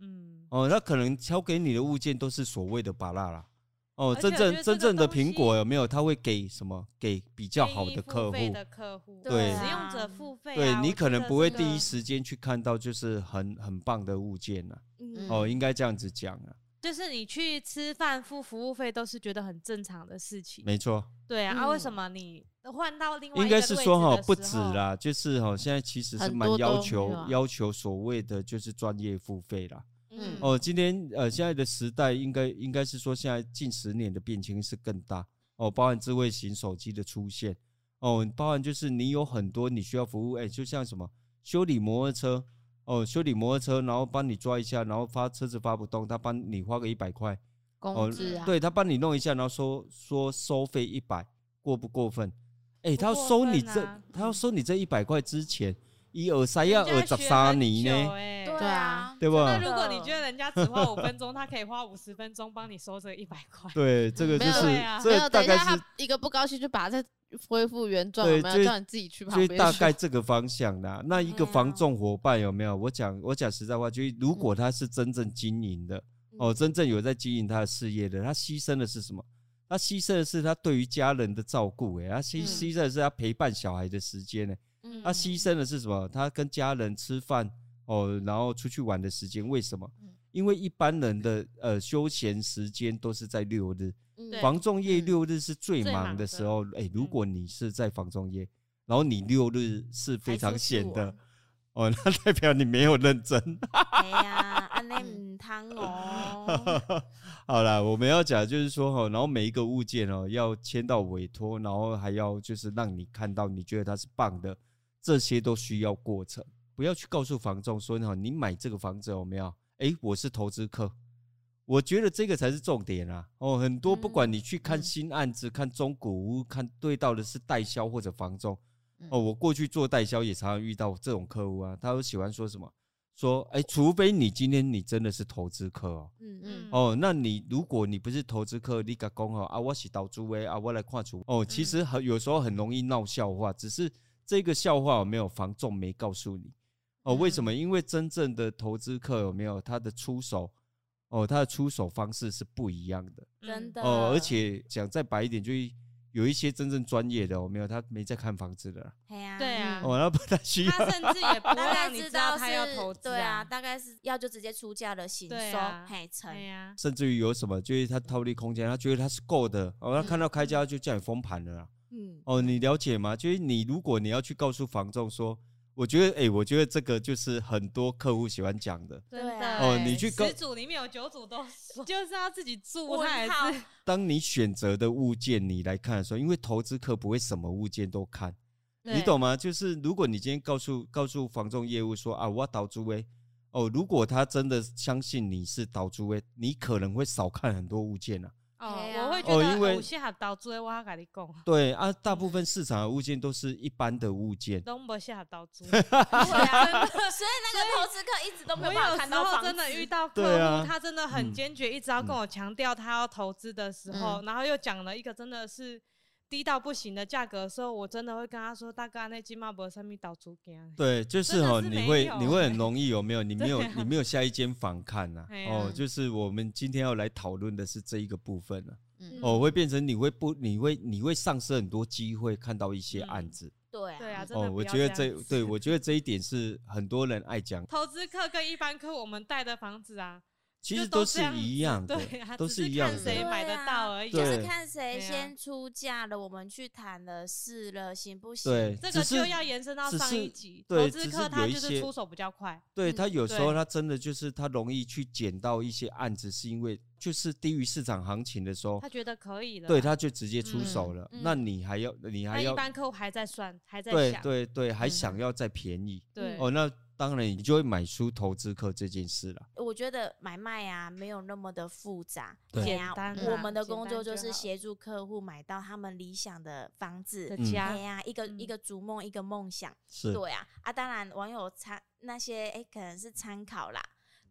B: 嗯，
D: 哦，那可能挑给你的物件都是所谓的巴拉啦。哦，真
B: 而且我觉
D: 正
B: 得
D: 真
B: 这个
D: 正的
B: 东
D: 苹
B: 西
D: 果有没有？他会给什么？给比较
B: 愿
D: 好
B: 意
D: 的
B: 付
D: 客户
B: 费，的客户，
D: 对
B: 使
C: 嗯
B: 用
A: 啊
B: 者付费、啊，
D: 对
B: 我
D: 你
B: 觉
D: 可能
B: 得
D: 不会
B: 这
D: 第一
B: 个
D: 时间去看到，就是很很棒的物件呐、
A: 嗯，
D: 哦，应该这样子讲啊，
B: 就是你去吃饭付服务费都是觉得很正常的事情，
D: 没错，
B: 对啊，啊，
A: 嗯
B: 为什么你换到另外一
D: 应
B: 个
D: 该是说
B: 位
D: 哈，
B: 置的
D: 不
B: 时
D: 止
B: 候，
D: 啦，就是哈，现在其实是
C: 很
D: 蛮
C: 多
D: 要
C: 都
D: 求
C: 没有啊
D: 要求所谓的就是专业付费啦。
A: 嗯
D: 哦，今天呃现在的时代应该应该是说现在近十年的变迁是更大哦，包含智慧型手机的出现哦，包含就是你有很多你需要服务，哎，就像什么修理摩托车哦，修理摩托车，然后帮你抓一下，然后发车子发不动，他帮你花个一百块。
C: 工资啊，
D: 哦对他帮你弄一下，然后说说收费一百，过不过分？哎、
B: 不
D: 他要
B: 过
D: 收你
B: 分
D: 这，
B: 啊
D: 他要收你这一百块之前，一二三要
B: 人
D: 二
B: 家
D: 十
B: 学
D: 三
B: 很
D: 年
B: 久
D: 呢，
B: 欸
A: 对啊，
D: 对
B: 那
D: 吧？
B: 如果你觉得人家只花五分 钟，他可以花五十分钟帮你收这一百块，
D: 对，这个就
C: 嗯没有
D: 是、
B: 对啊
C: 没
D: 这
C: 有，
D: 大
C: 等一下
D: 概是
C: 他一个不高兴就把它恢复原状，
D: 对
C: 有没有
D: 就是
C: 叫你自己去旁
D: 就是
C: 边去？
D: 大概这个方向啦。那一个
A: 对啊
D: 防重伙伴有没有？我讲我讲实在话，就是如果他是真正经营的，哦，真正有在经营他的事业的，他牺牲的是什么？他牺牲的是他对于家人的照顾，哎，他牺
A: 嗯
D: 牺牲的是他陪伴小孩的时间呢，欸
A: 嗯
D: 他牺牲的是什么？他跟家人吃饭哦，然后出去玩的时间，为什么
C: 嗯？
D: 因为一般人的呃休闲时间都是在六日，
B: 对
D: 房仲业
C: 嗯
D: 六日是最
B: 最
D: 忙
B: 忙
D: 的
B: 的
D: 时候。哎、如果你是在房仲业，然后你六日是非
A: 还
D: 常
A: 出去
D: 闲的
A: 玩，
D: 哦，那代表你没有认真。
A: 哎呀，安内唔汤哦，
D: 好啦，我们要讲的就是说哈，然后每一个物件哦，要签到委托，然后还要就是让你看到你觉得它是棒的，这些都需要过程。不要去告诉房仲说哈，你买这个房子有没有？哎，我是投资客，我觉得这个才是重点啊。哦，很多不管
A: 嗯
D: 你去看
C: 嗯
D: 新案子、看中古屋、看对到的是代销或者房仲，
C: 嗯
D: 哦，我过去做代销也常常遇到这种客户啊，他都喜欢说什么？说，哎，除非你今天你真的是投资客哦，
A: 嗯
C: 嗯
A: 嗯，
D: 哦，那你如果你不是投资客，你敢讲哦啊，我是投资的啊，我来看出哦，其实很有时候很容易闹笑话，只是这个笑话有没有房仲没告诉你哦？为什么？因为真正的投资客有没有他的出手哦，他的出手方式是不一样的
A: 真的
D: 哦，而且讲再白一点，就是有一些真正专业的有没有，他没在看房子的啦、
A: 哎呀，
B: 对啊，
D: 哦，那不太需要。
B: 他甚至也不
A: 大
B: 会
A: 概
B: 让你知
A: 道
B: 道
A: 是
B: 他要投资，
A: 对啊，，大概是要就直接出价了，行
B: 对
A: 收
B: 啊
A: 嘿成
B: 对，呀，
D: 甚至于有什么，就是他套利空间，他觉得他是够的，哦，他看到开价就叫你封盘了啦。
A: 嗯，
D: 哦，你了解吗？就是你如果你要去告诉房仲说，我觉得，哎、我觉得这个就是很多客户喜欢讲的。
B: 真
A: 对
B: 的
A: 啊
D: 哦
B: 欸
D: 你去跟
B: 十组里面有九组都说， 就是要自己住，
A: 问
B: 他也
A: 号
B: 是
D: 当你选择的物件你来看的时候，因为投资客不会什么物件都看，你
B: 对
D: 懂吗？就是如果你今天告诉告诉房仲业务说啊，我要倒租诶，哦，如果他真的相信你是倒租诶，你可能会少看很多物件啊。
A: 哎
B: 哦，
A: 呀
B: 我会觉
D: 哦
B: 得
D: 因为
B: 有些合到租，我跟你讲，
D: 对啊，大部分市场的物件都是一般的物件。
B: 都没些合 到租。
A: 对啊，所以那个投资客一直都没
B: 我
A: 有办法
B: 有
A: 看
B: 时
A: 到
B: 候
A: 房
B: 真的
A: 子
B: 遇到客
D: 对啊
B: 户，他真的很
D: 嗯
B: 坚决，一直要跟我强调他要投资的时候，
C: 嗯
B: 然后又讲了一个真的是低到不行的价格的时候，我真的会跟他说：“大哥，那金茂博上面倒啊租给
D: 对，就是
B: 真的
D: 哦，
B: 是
D: 你
B: 没
D: 会
B: 有欸
D: 你会很容易哦有没 有？你没有
B: 对啊
D: 你没有下一间房看呐、
B: 哎呀
D: 哦，就是我们今天要来讨论的是这一个部分了、
C: 嗯
D: 哦，会变成你会不你会你会丧失很多机会看到一些案子、
A: 对啊，
B: 对嗯啊，真的
D: 哦。
B: 不
D: 我
B: 要
D: 觉得
B: 这
D: 这
B: 样子
D: 对我觉得这一点是很多人爱 讲，
B: 投资客跟一般客户我们带的房子啊，
D: 其
B: 就
D: 实
B: 都
D: 是
B: 这样
D: 一
B: 子
D: 样的
B: 对啊，
D: 都
B: 只
D: 是
B: 是
D: 一样
B: 看
D: 的
B: 谁。买得到而已
A: 对啊就
D: 对
A: 是看谁
B: 对啊
A: 先出价了，我们去谈了，试了，行不行？
D: 对，
B: 这
D: 只
B: 个
D: 是
B: 就要延伸到
D: 只
B: 上
D: 是
B: 一集。
D: 对
B: 投资
D: 只是
B: 客他
D: 有一
B: 就是
D: 些
B: 出手比较快，
D: 对
A: 嗯
D: 他有时候
B: 对
D: 他真的就是他容易去捡到一些案子，是因为就是低于市场行情的时候
B: 他，觉得啊可以
D: 哦
B: 了啦。
D: 对他就直接出手
C: 嗯
D: 了。
A: 嗯
D: 那你还要你还
B: 但一
D: 要
B: 般客户还在算，还在
D: 对
B: 想。
D: 对对，还
C: 嗯
D: 想要再便宜、
B: 对
A: 嗯
D: 哦，那当然你就会买书投资客这件事了。
A: 我觉得买卖啊没有那么的复杂，
D: 对
A: 嘿
B: 简单
A: 啊
B: 啦
A: 我们的
B: 简单
A: 工作
B: 就
A: 就是
B: 好
A: 协助客户买到他们理想的房
B: 的
A: 子。
D: 嗯
B: 家
A: 哎，呀，一个一
B: 嗯
A: 个逐梦，一个梦想。
D: 是，
A: 对啊，啊，当然网友参那些哎，可能是参考啦。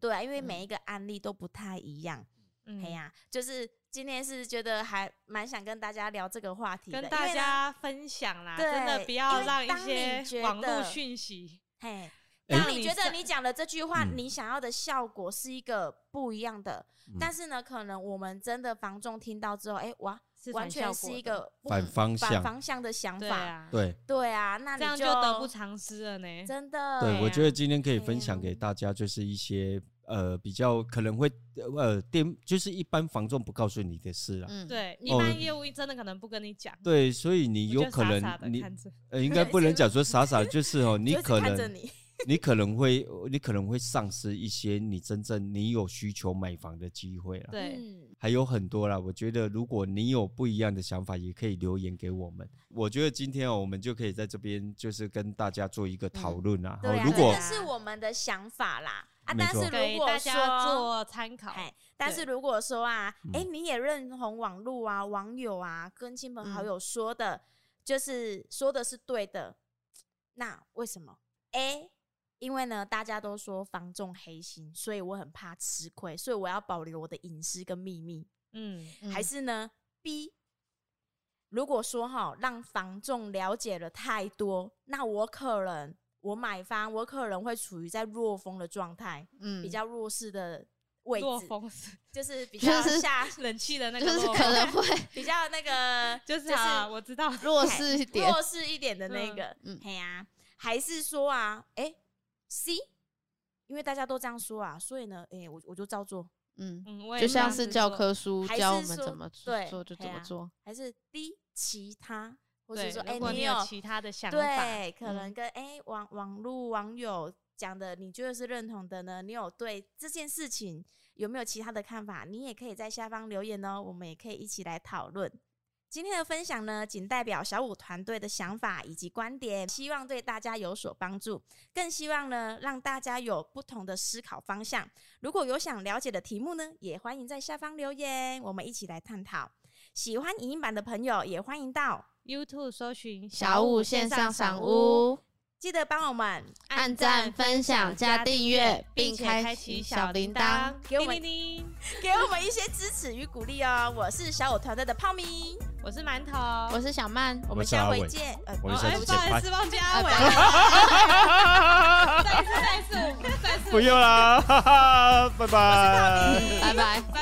A: 对啊，因为每一个案例都不太一样。
B: 嗯
A: 哎呀，就是今天是觉得还蛮想跟大家聊这个话题的，
B: 跟
A: 因
B: 大
A: 为呢
B: 家分享啦，
A: 对
B: 真的不要让
A: 因为当
B: 一
A: 你
B: 些
A: 觉
B: 网络
A: 得
B: 讯息，
A: 嘿，
D: 哎
A: 当你觉得
B: 让你
A: 你讲的这句话，
D: 嗯
A: 你想要的效果是一个不一样的，
D: 嗯
A: 但是呢，可能我们真的房众听到之后，哎、哇，
B: 是
A: 完
B: 反效
A: 全
B: 果
A: 是一
B: 的
A: 个不
D: 反方
A: 反
D: 向，
A: 方向的想
B: 对
A: 法，
B: 啊，
D: 对
A: 对啊，那
B: 这样
A: 你
B: 就得不偿失了呢。
A: 真的，
D: 对，我
B: 呀
D: 觉得今天可以
A: 哎
D: 分享
A: 呀
D: 给大家，就是一些呃比较可能会呃颠，就是一般房仲不告诉你的事啊。
C: 嗯，
B: 对，一
D: 哦
B: 般业务真的可能不跟你讲，
D: 对，所以你
B: 你
D: 有
B: 就
D: 可
B: 傻
D: 能
B: 傻地
D: 你
B: 看着
D: 呃应该不能讲说傻傻的，就是哦，你
A: 就一直
D: 可
A: 看着
D: 能
A: 你，
D: 你可能会你可能会丧失一些你真正你有需求买房的机会啊。
B: 对，
A: 嗯，
D: 还有很多啦。我觉得如果你有不一样的想法，也可以留言给我们。我觉得今天哦，我们就可以在这边就是跟大家做一个讨论啦。
A: 对
D: 哦
A: 啊，
D: 如果
A: 这个是我们的想法啦，啊，
D: 没
A: 但是
D: 错
A: 如
B: 给
A: 果
B: 大家
A: 说。
B: 做参考。
A: 哎，但是如果说啊，哎、
D: 嗯
A: 你也认同网络啊、网友啊、跟亲朋好
C: 嗯
A: 友说的，就是说的是对的，那为什么？A，因为呢，大家都说防重黑心，所以我很怕吃亏，所以我要保留我的隐私跟秘密。
B: 嗯，
C: 嗯
A: 还是呢，B，如果说哈，让房仲了解了太多，那我可能我买方我可能会处于在弱风的状态。
C: 嗯
A: 比较弱势的位
B: 落
A: 置，
B: 风是
A: 就是比较
C: 就是
A: 下，
B: 冷 气的那
C: 就
B: 个
C: 是
B: 落
C: 可
B: 风，
C: 能会
A: 比较那个
B: 就是啊，我知道，
C: 弱势一点。
A: 弱势一点的那个
C: 嗯嗯，
A: 哎呀、还是说啊，哎、c 因为大家都这样说啊，所以呢，哎、我我就照做，
C: 嗯，
B: 嗯，我也
C: 就是像
B: 这
C: 是
B: 样子
C: 教
B: 做，
C: 科书
A: 还
C: 教
A: 是
C: 我们
A: 说
C: 怎么
A: 对
C: 做就
A: 嘿
C: 怎么
A: 啊
C: 做。
A: 还是 D 其他，或
B: 对
A: 是说，哎、
B: 如果
A: 你
B: 你有其他的想法，
A: 对，可能
C: 嗯
A: 跟哎、网网络网友讲的，你觉得是认同的呢？你有对这件事情有没有其他的看法？你也可以在下方留言哦，我们也可以一起来讨论。今天的分享呢，仅代表小五团队的想法以及观点，希望对大家有所帮助，更希望呢让大家有不同的思考方向。如果有想了解的题目呢，也欢迎在下方留言，我们一起来探讨。喜欢影音版的朋友，也欢迎到
B: YouTube 搜寻
C: 小五线上赏屋，
A: 记得帮我们
C: 按赞、分享、加订阅，并
B: 并且
C: 开
B: 开
C: 启
B: 启
C: 小
B: 小
C: 铃
B: 铃
C: 铛
B: 铛。，
A: 给我
B: 叮
A: 们
B: 叮叮！
A: 给我们一些支持与鼓励哦。我是小五团队的泡咪，
B: 我是馒头，
C: 我是小 曼，
A: 我
D: 我
A: 们
D: 是
A: 下
D: 阿
A: 回
D: 伟
A: 见。呃
D: 我
B: 哦
D: 是小
B: 哎
D: 五
B: 不好意思，忘记阿 伟，再一次，再一次，我们再一次，
D: 不用啦，哈哈，拜拜。
C: 拜拜。